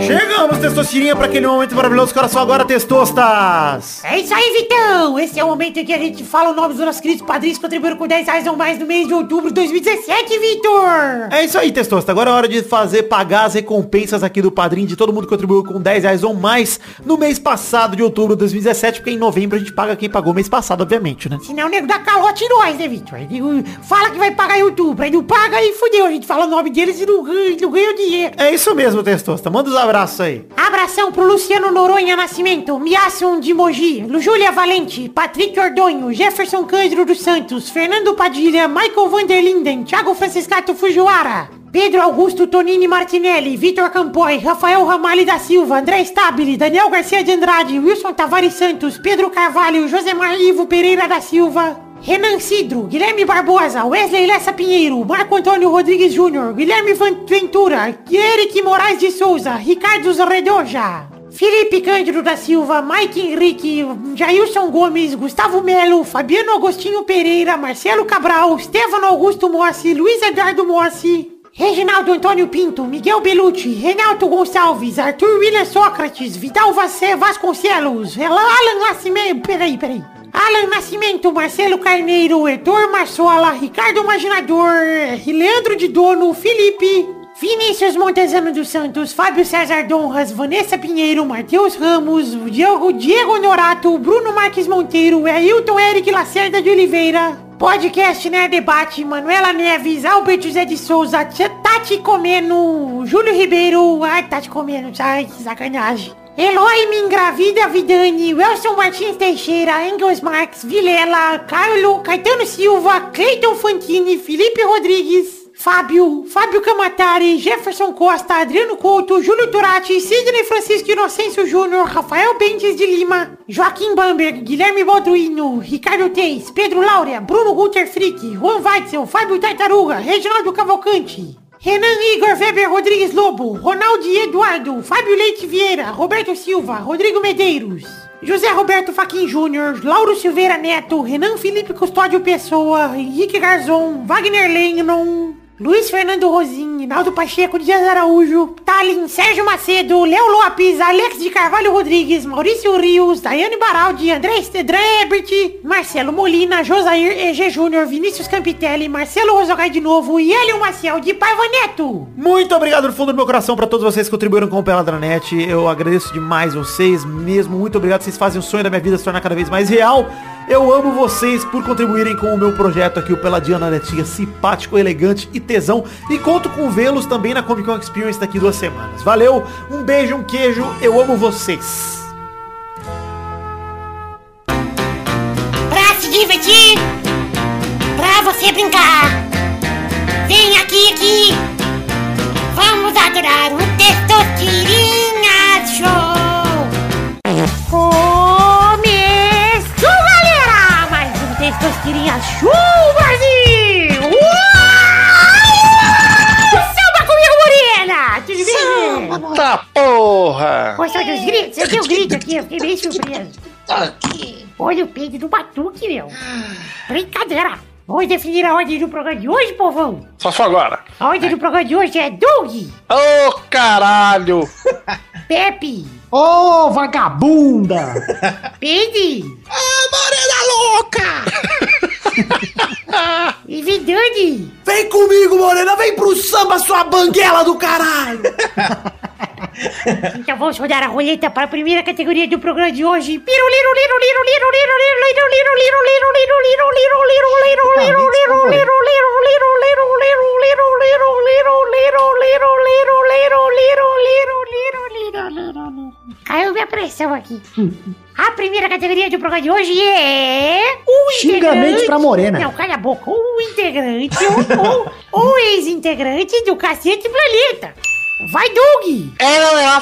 [SPEAKER 4] Chegamos, Testosterinha, para aquele momento maravilhoso. Coração agora, Testostas!
[SPEAKER 9] É isso aí, Vitão! Esse é o momento em que a gente fala o nome dos nossos queridos padrinhos que contribuíram com 10 reais ou mais no mês de outubro de 2017, Vitor!
[SPEAKER 4] É isso aí, Testosta. Agora é hora de fazer pagar as recompensas aqui do padrinho de todo mundo que contribuiu com 10 reais ou mais no mês passado de outubro de 2017, porque em novembro a gente paga quem pagou mês passado, obviamente, né?
[SPEAKER 9] Senão o nego dá calote em nós, né, Vitor? Aí nego Fala que vai pagar em outubro, aí não paga e fudeu. A gente fala o nome deles e não, ganha- não ganha o dinheiro.
[SPEAKER 4] É isso mesmo, Testosta. Manda os abraços aí.
[SPEAKER 9] Abração pro Luciano Noronha Nascimento, Miasson de Mogi, Lu- Júlia Valente, Patrick Ordonho, Jefferson Cândido dos Santos, Fernando Padilha, Michael Vanderlinden, Thiago Franciscato Fujiwara, Pedro Augusto Tonini Martinelli, Vitor Campoy, Rafael Ramalho da Silva, André Stabile, Daniel Garcia de Andrade, Wilson Tavares Santos, Pedro Carvalho, Josemar Ivo Pereira da Silva, Renan Cidro, Guilherme Barbosa, Wesley Lessa Pinheiro, Marco Antônio Rodrigues Júnior, Guilherme Van- Ventura, Eric Moraes de Souza, Ricardo Zarredoja, Felipe Cândido da Silva, Mike Henrique, Jailson Gomes, Gustavo Melo, Fabiano Agostinho Pereira, Marcelo Cabral, Stefano Augusto Mossi, Luiz Eduardo Mossi, Reginaldo Antônio Pinto, Miguel Belucci, Reinaldo Gonçalves, Arthur William Sócrates, Vidal Vassé Vasconcelos, Alan Nascimento, peraí, peraí. Alan Nascimento, Marcelo Carneiro, Heitor Marçola, Ricardo Maginador, Leandro de Dono, Felipe, Vinícius Montezano dos Santos, Fábio César Donras, Vanessa Pinheiro, Matheus Ramos, Diego, Diego Norato, Bruno Marques Monteiro, Ailton Eric Lacerda de Oliveira, Podcast Nerd Debate, Manuela Neves, Albert José de Souza, Tia Tati Comeno, Júlio Ribeiro, ai, Tati Comeno, ai, que sacanagem. Eloy Mingravida Vidani, Wilson Martins Teixeira, Engels Marx, Vilela, Carlo, Caetano Silva, Cleiton Fantini, Felipe Rodrigues, Fábio, Fábio Camatari, Jefferson Costa, Adriano Couto, Júlio Turati, Sidney Francisco Inocêncio Júnior, Rafael Bentes de Lima, Joaquim Bamberg, Guilherme Balduino, Ricardo Teis, Pedro Laura, Bruno Gunter Frick, Juan Weitzel, Fábio Tartaruga, Reginaldo Cavalcante, Renan Igor Weber Rodrigues Lobo, Ronaldo e Eduardo, Fábio Leite Vieira, Roberto Silva, Rodrigo Medeiros, José Roberto Faquin Júnior, Lauro Silveira Neto, Renan Felipe Custódio Pessoa, Henrique Garzon, Wagner Lennon, Luiz Fernando Rosin, Naldo Pacheco, Dias Araújo, Talin, Sérgio Macedo, Léo Lopes, Alex de Carvalho Rodrigues, Maurício Rios, Daiane Baraldi, André Stedrebert, Marcelo Molina, Josair EG Júnior, Vinícius Campitelli, Marcelo Rosogai de novo e Hélio Maciel de Paiva Neto.
[SPEAKER 4] Muito obrigado do fundo do meu coração pra todos vocês que contribuíram com o Peladranet. Eu agradeço demais vocês mesmo. Muito obrigado. Vocês fazem o sonho da minha vida se tornar cada vez mais real. Eu amo vocês por contribuírem com o meu projeto aqui, o Peladiana Netinha, simpático, elegante e tesão. E conto com vê-los também na Comic Con Experience daqui duas semanas. Valeu, um beijo, um queijo, eu amo vocês.
[SPEAKER 8] Pra se divertir, pra você brincar. Vem aqui, aqui. Vamos adorar o Testosterinha Show.
[SPEAKER 9] Começou, galera! Mais um Testosterinha Show Brasil! Uau! Samba comigo, Morena! Tudo bem? Samba,
[SPEAKER 5] Tá porra!
[SPEAKER 9] Gostou dos gritos? Eu dei um grito aqui, eu fiquei bem surpreso. Olha o peito do Batuque, meu. Brincadeira. Vamos definir a ordem do programa de hoje, povão?
[SPEAKER 5] Só só agora.
[SPEAKER 9] A ordem do programa de hoje é Doug,
[SPEAKER 5] Ô, caralho!
[SPEAKER 9] Pepe,
[SPEAKER 7] Ô, vagabunda!
[SPEAKER 9] Peide. Ah, Morena Louca! [LAUGHS] e Vidani.
[SPEAKER 2] Vem comigo, Morena, vem pro samba, sua banguela do caralho!
[SPEAKER 9] [LAUGHS] Então vamos rodar a roleta para a primeira categoria do programa de hoje.
[SPEAKER 2] Tá,
[SPEAKER 9] Piru, liru, liru, liru, liru, liru, liru, liru, liru, liru, liru, liru, liru, liru, liru, liru, liru, liru, liru, liru, liru, liru, liru, liru, liru, liru, liru, liru, liru, liru, liru, liru, liru, liru, liru. Caiu minha pressão aqui. A primeira categoria do programa de hoje é... o
[SPEAKER 7] Xingamento
[SPEAKER 9] integrante-
[SPEAKER 7] pra morena.
[SPEAKER 9] Não, cala a boca. O integrante integrante ou, ou, ou ex-integrante do Cacete Planeta. Vai, Doug!
[SPEAKER 13] É, não, é uma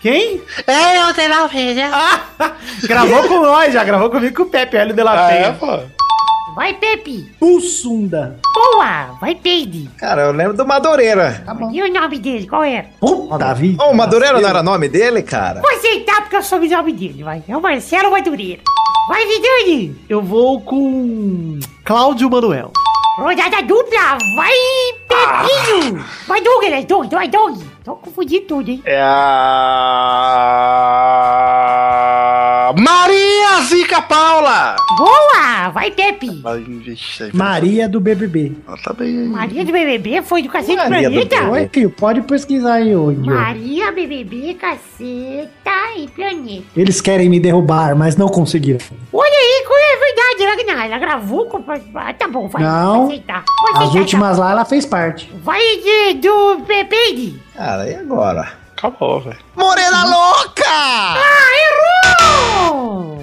[SPEAKER 4] Quem? Ah!
[SPEAKER 13] É, eu tenho uma filha.
[SPEAKER 4] Gravou com nós, já gravou comigo com o Pepe Hélio de la
[SPEAKER 5] Ah,
[SPEAKER 4] Penha.
[SPEAKER 5] é, pô.
[SPEAKER 9] Vai, Pepe!
[SPEAKER 7] Pussunda.
[SPEAKER 9] Boa! Vai, Peide!
[SPEAKER 3] Cara, eu lembro do Madureira.
[SPEAKER 4] tá
[SPEAKER 9] E o nome dele, qual era?
[SPEAKER 7] Puta vida.
[SPEAKER 3] Ô, o Madureira não era nome dele, cara?
[SPEAKER 9] Vou aceitar porque eu sou o nome dele, vai. É o Marcelo Madureira. Vai, Vidani!
[SPEAKER 4] Eu vou com. Cláudio Manuel.
[SPEAKER 9] Rodada dupla, vai, Pepinho! Vai, Douglas, Doug, vai, Doug! Tô confundindo tudo, hein?
[SPEAKER 5] Ah. É a. Maria Zica Paula!
[SPEAKER 9] Boa! Vai, Pepe!
[SPEAKER 5] Ai, vixe, aí,
[SPEAKER 7] Maria do BBB.
[SPEAKER 3] Ah,
[SPEAKER 5] Ela tá bem aí.
[SPEAKER 9] Maria do BBB foi do Cacete
[SPEAKER 7] Maria do
[SPEAKER 9] Planeta?
[SPEAKER 7] Oi, tio, pode pesquisar aí, ô idiota.
[SPEAKER 9] Maria, BBB, Caceta e Planeta.
[SPEAKER 7] Eles querem me derrubar, mas não conseguiram.
[SPEAKER 9] Olha aí, co- é verdade, Ragnar. Ela gravou com... Ah, tá bom, vai.
[SPEAKER 7] Não.
[SPEAKER 9] Vou aceitar. Vou aceitar,
[SPEAKER 7] As
[SPEAKER 9] tá
[SPEAKER 7] últimas lá, ela fez parte.
[SPEAKER 9] Vai de, do Pepe!
[SPEAKER 3] Cara, e agora?
[SPEAKER 5] Acabou, velho.
[SPEAKER 9] Uhum.
[SPEAKER 3] Morena Louca!
[SPEAKER 9] Ah, errou!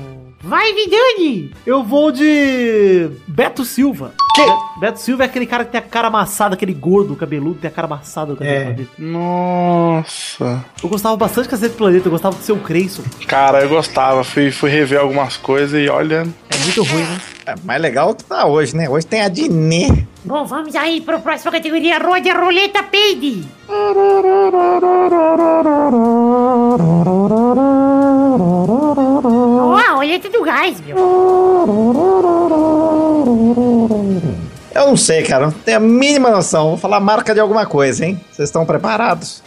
[SPEAKER 9] Vai, Vidani!
[SPEAKER 4] Eu vou de. Beto Silva. Que? Beto Silva é aquele cara que tem a cara amassada, aquele gordo cabeludo, que tem a cara amassada do Cacete Planeta.
[SPEAKER 5] Nossa.
[SPEAKER 4] Eu gostava bastante de Cacete Planeta, eu gostava do seu Creyson.
[SPEAKER 5] Cara, eu gostava. Fui, fui rever algumas coisas e olha.
[SPEAKER 4] É muito ruim, né?
[SPEAKER 3] É mais legal que tá hoje, né? Hoje tem a Diné.
[SPEAKER 9] Bom, vamos aí para a próxima categoria, roda a roleta peide! Ó, a roleta do gás, meu!
[SPEAKER 3] Eu não sei, cara. Não tenho a mínima noção. Vou falar marca de alguma coisa, hein? Vocês estão preparados?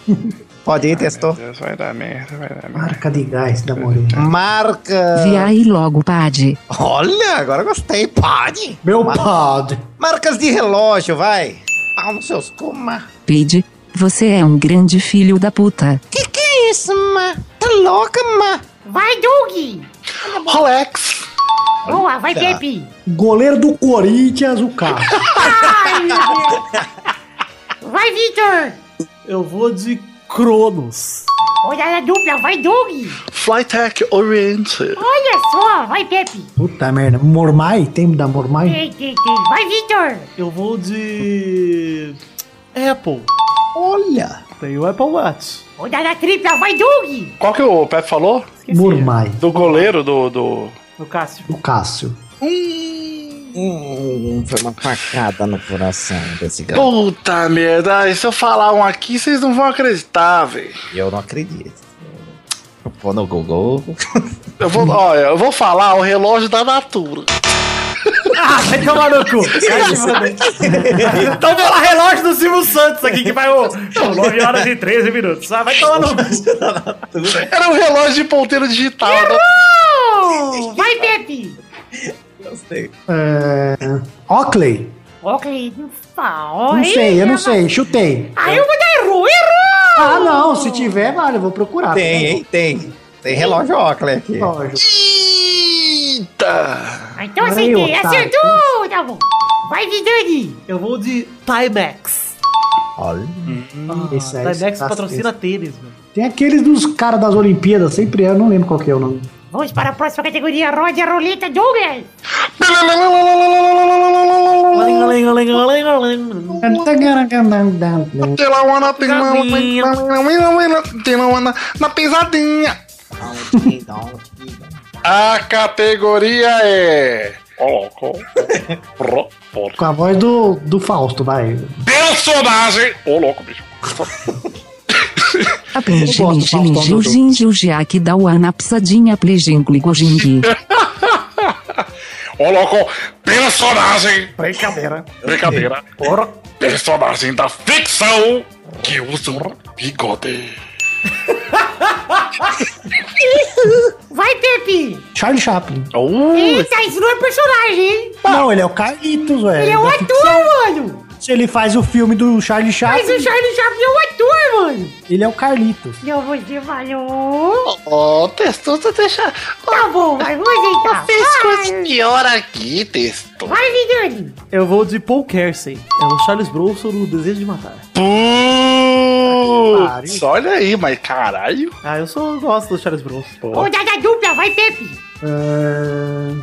[SPEAKER 3] Pode ir, testou.
[SPEAKER 5] Deus, vai dar merda, vai dar merda.
[SPEAKER 7] Marca de gás da Morena.
[SPEAKER 3] Marca.
[SPEAKER 11] Vi aí logo, Pad.
[SPEAKER 3] Olha, agora gostei. Pode.
[SPEAKER 7] Meu padre.
[SPEAKER 3] Marcas de relógio, vai. Pau nos seus cuma.
[SPEAKER 11] Pede, você é um grande filho da puta.
[SPEAKER 3] Que que é isso, ma? Tá louca, ma?
[SPEAKER 9] Vai, Doug!
[SPEAKER 5] Rolex.
[SPEAKER 9] Boa,
[SPEAKER 4] Tá.
[SPEAKER 9] vai, Pepe!
[SPEAKER 7] Goleiro do Corinthians, o carro.
[SPEAKER 9] Ai, meu Deus. vai, Victor!
[SPEAKER 4] Eu vou de Cronos.
[SPEAKER 9] Olha a dupla, vai, Doug!
[SPEAKER 5] Flytech Oriente.
[SPEAKER 9] Olha só, vai, Pepe!
[SPEAKER 7] Puta merda. Mormai? Tem da Mormai?
[SPEAKER 9] Ei, ei, ei. Vai, Victor!
[SPEAKER 4] Eu vou de. Apple.
[SPEAKER 3] Olha.
[SPEAKER 4] Tem o Apple Watch.
[SPEAKER 9] Rodada tripla, vai, Doug!
[SPEAKER 5] Qual que o Pepe falou?
[SPEAKER 7] Mormai.
[SPEAKER 5] Do goleiro do. do...
[SPEAKER 4] No Cássio.
[SPEAKER 7] O Cássio.
[SPEAKER 3] Hum, foi uma facada no coração desse garoto.
[SPEAKER 5] Puta merda, ai, se eu falar um aqui, vocês não vão acreditar, velho.
[SPEAKER 3] Eu não acredito. Eu Vou no Google.
[SPEAKER 5] Eu vou, olha, eu vou falar o relógio da Natura.
[SPEAKER 4] [LAUGHS] Ah, vai tomar no
[SPEAKER 5] [LAUGHS]
[SPEAKER 4] cu. Vai te fuder. [LAUGHS] então vou lá, relógio do Silvio Santos aqui que vai. Ô, são 9 horas e 13 minutos. Ah, vai [LAUGHS] tomar no cu.
[SPEAKER 5] Era um relógio de ponteiro digital. né?
[SPEAKER 9] Oh,
[SPEAKER 4] [LAUGHS]
[SPEAKER 9] vai, Pepe!
[SPEAKER 3] Gostei.
[SPEAKER 7] É... Ockley?
[SPEAKER 9] Ok, não fala.
[SPEAKER 7] Não sei, eu não
[SPEAKER 9] Ih,
[SPEAKER 7] sei. Chutei.
[SPEAKER 9] Aí eu vou dar erro, erro!
[SPEAKER 7] Ah, não. Se tiver, vale. Eu vou procurar.
[SPEAKER 3] Tem, hein? Tem. Tem relógio Oakley aqui.
[SPEAKER 7] Lógico.
[SPEAKER 5] Eita!
[SPEAKER 9] Ah, Então
[SPEAKER 7] Aí,
[SPEAKER 9] acertei,
[SPEAKER 7] otário.
[SPEAKER 9] acertou! Tá bom. Vai, Vidani!
[SPEAKER 4] Eu vou de Timex.
[SPEAKER 3] Olha.
[SPEAKER 7] Esse aí,
[SPEAKER 4] Timex
[SPEAKER 7] tá
[SPEAKER 4] patrocina tênis, mano.
[SPEAKER 7] Tem aqueles dos caras das Olimpíadas, sempre é, eu não lembro qual que é o nome.
[SPEAKER 9] Vamos para a próxima categoria, Rode a
[SPEAKER 13] [LAUGHS]
[SPEAKER 9] Roleta Douglas!
[SPEAKER 5] Tem lá um uma na tem lá uma- tem lá uma- tem lá uma na- na pisadinha. A categoria é. Coloco. Pro- pro-
[SPEAKER 7] Com a voz do, do Fausto, vai.
[SPEAKER 5] Personagem! Ô, louco, bicho.
[SPEAKER 11] Aprendi,
[SPEAKER 7] Eu gosto do
[SPEAKER 11] linge,
[SPEAKER 7] Faustão
[SPEAKER 11] linge,
[SPEAKER 7] Dudu.
[SPEAKER 11] linge, ujiaki, da uana, psadinha, plijingli, gojingui.
[SPEAKER 5] Ô, louco, personagem!
[SPEAKER 4] Brincadeira.
[SPEAKER 5] Brincadeira. Personagem da ficção que usa um bigode.
[SPEAKER 9] Vai, Pepe!
[SPEAKER 7] Charlie Chaplin.
[SPEAKER 9] Eita, isso não é personagem, hein?
[SPEAKER 7] Não, ele é o Carlitos, velho.
[SPEAKER 9] Ele é o
[SPEAKER 7] Da
[SPEAKER 9] ator,
[SPEAKER 7] ficção.
[SPEAKER 9] mano!
[SPEAKER 7] Se ele faz o filme do Charlie Chaplin,
[SPEAKER 9] Mas o Charlie Chaplin é o ator, mano!
[SPEAKER 7] ele é o Carlitos.
[SPEAKER 9] Não, você falhou!
[SPEAKER 13] Ô, Testo, você deixa.
[SPEAKER 9] Tá bom, vai, vou aceitar!
[SPEAKER 13] Fez
[SPEAKER 9] Vai,
[SPEAKER 13] coisa pior aqui, Testo.
[SPEAKER 9] vai Vidani!
[SPEAKER 4] Eu vou de Paul Kersey. É o Charles Bronson no Desejo de Matar.
[SPEAKER 5] Putz, olha aí, mas caralho.
[SPEAKER 4] Ah, eu só gosto do Charles Bronson.
[SPEAKER 13] [LAUGHS]
[SPEAKER 9] Rodada dupla, vai, Pepe!
[SPEAKER 7] Ah,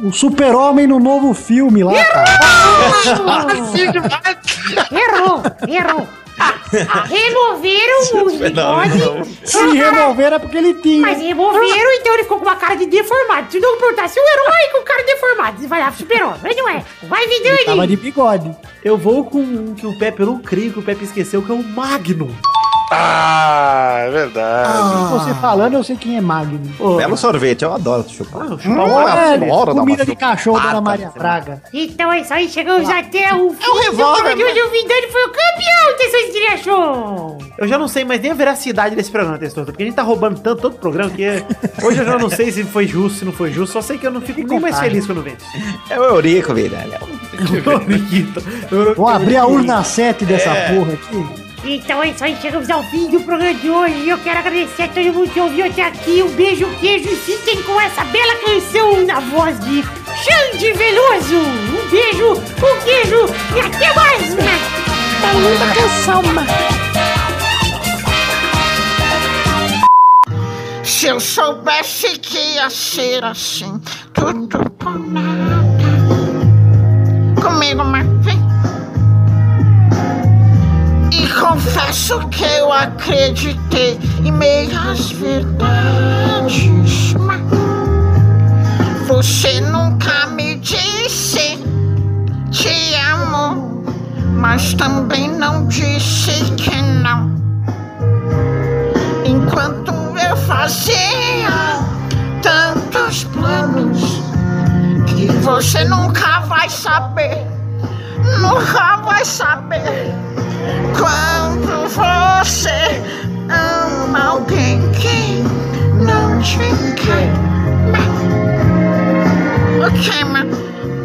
[SPEAKER 7] O super-homem no novo filme lá, cara.
[SPEAKER 9] Errou,
[SPEAKER 13] [LAUGHS]
[SPEAKER 9] errou. Removeram o bigode.
[SPEAKER 7] Se remover é porque ele tinha.
[SPEAKER 9] Mas removeram, então ele ficou com uma cara de deformado. Se não perguntar se o herói com cara deformado, você vai lá pro super-homem, mas não é. Vai, Vidani.
[SPEAKER 7] Tava de bigode.
[SPEAKER 4] Eu vou com um que o Pepe, eu não creio que o Pepe esqueceu, que é o Magnum.
[SPEAKER 5] Ah, é verdade.
[SPEAKER 7] Você falando, eu sei quem é Magno.
[SPEAKER 3] Belo sorvete, eu adoro chupar.
[SPEAKER 7] Olha, Hum, é, comida de cachorro da Maria Braga.
[SPEAKER 9] Então é isso aí, chegamos até o fim do
[SPEAKER 4] revólver,
[SPEAKER 9] programa de
[SPEAKER 4] né?
[SPEAKER 9] hoje. O Vidani foi o campeão, Tessões de Achou.
[SPEAKER 4] Eu já não sei mais nem a veracidade desse programa, Testoso, porque a gente tá roubando tanto todo o programa que hoje eu já não sei se foi justo, se não foi justo, só sei que eu não fico nem mais
[SPEAKER 7] contagem.
[SPEAKER 4] feliz quando venço.
[SPEAKER 3] É o Eurico, Vidani.
[SPEAKER 7] Vou abrir a urna 7 dessa porra aqui.
[SPEAKER 9] Então é isso aí, chegamos ao fim do programa de hoje. E eu quero agradecer a todo mundo que ouviu até aqui. Um beijo, um queijo e fiquem com essa bela canção na voz de Xande Veloso. Um beijo, um queijo e até mais. Tá linda canção,
[SPEAKER 14] Se eu soubesse que ia ser assim, tudo por nada. Comigo, Marfim. E confesso que eu acreditei em meias verdades. Mas você nunca me disse te amo, mas também não disse que não. Enquanto eu fazia tantos planos que você nunca vai saber, nunca vai saber quanto você ama alguém que não te quer. Mas, Ok, mas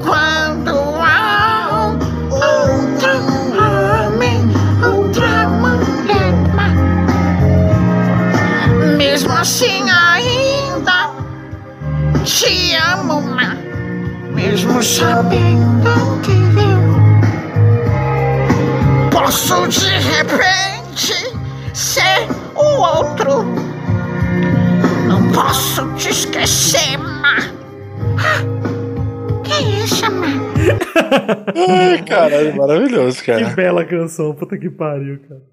[SPEAKER 14] quando há outra homem, outra mulher, mas mesmo assim ainda te amo, mas mesmo sabendo que eu posso de repente ser o outro, não posso te esquecer, mas Ah, que isso, mas
[SPEAKER 5] Ai, caralho, maravilhoso, cara.
[SPEAKER 4] Bela canção, puta que pariu, cara.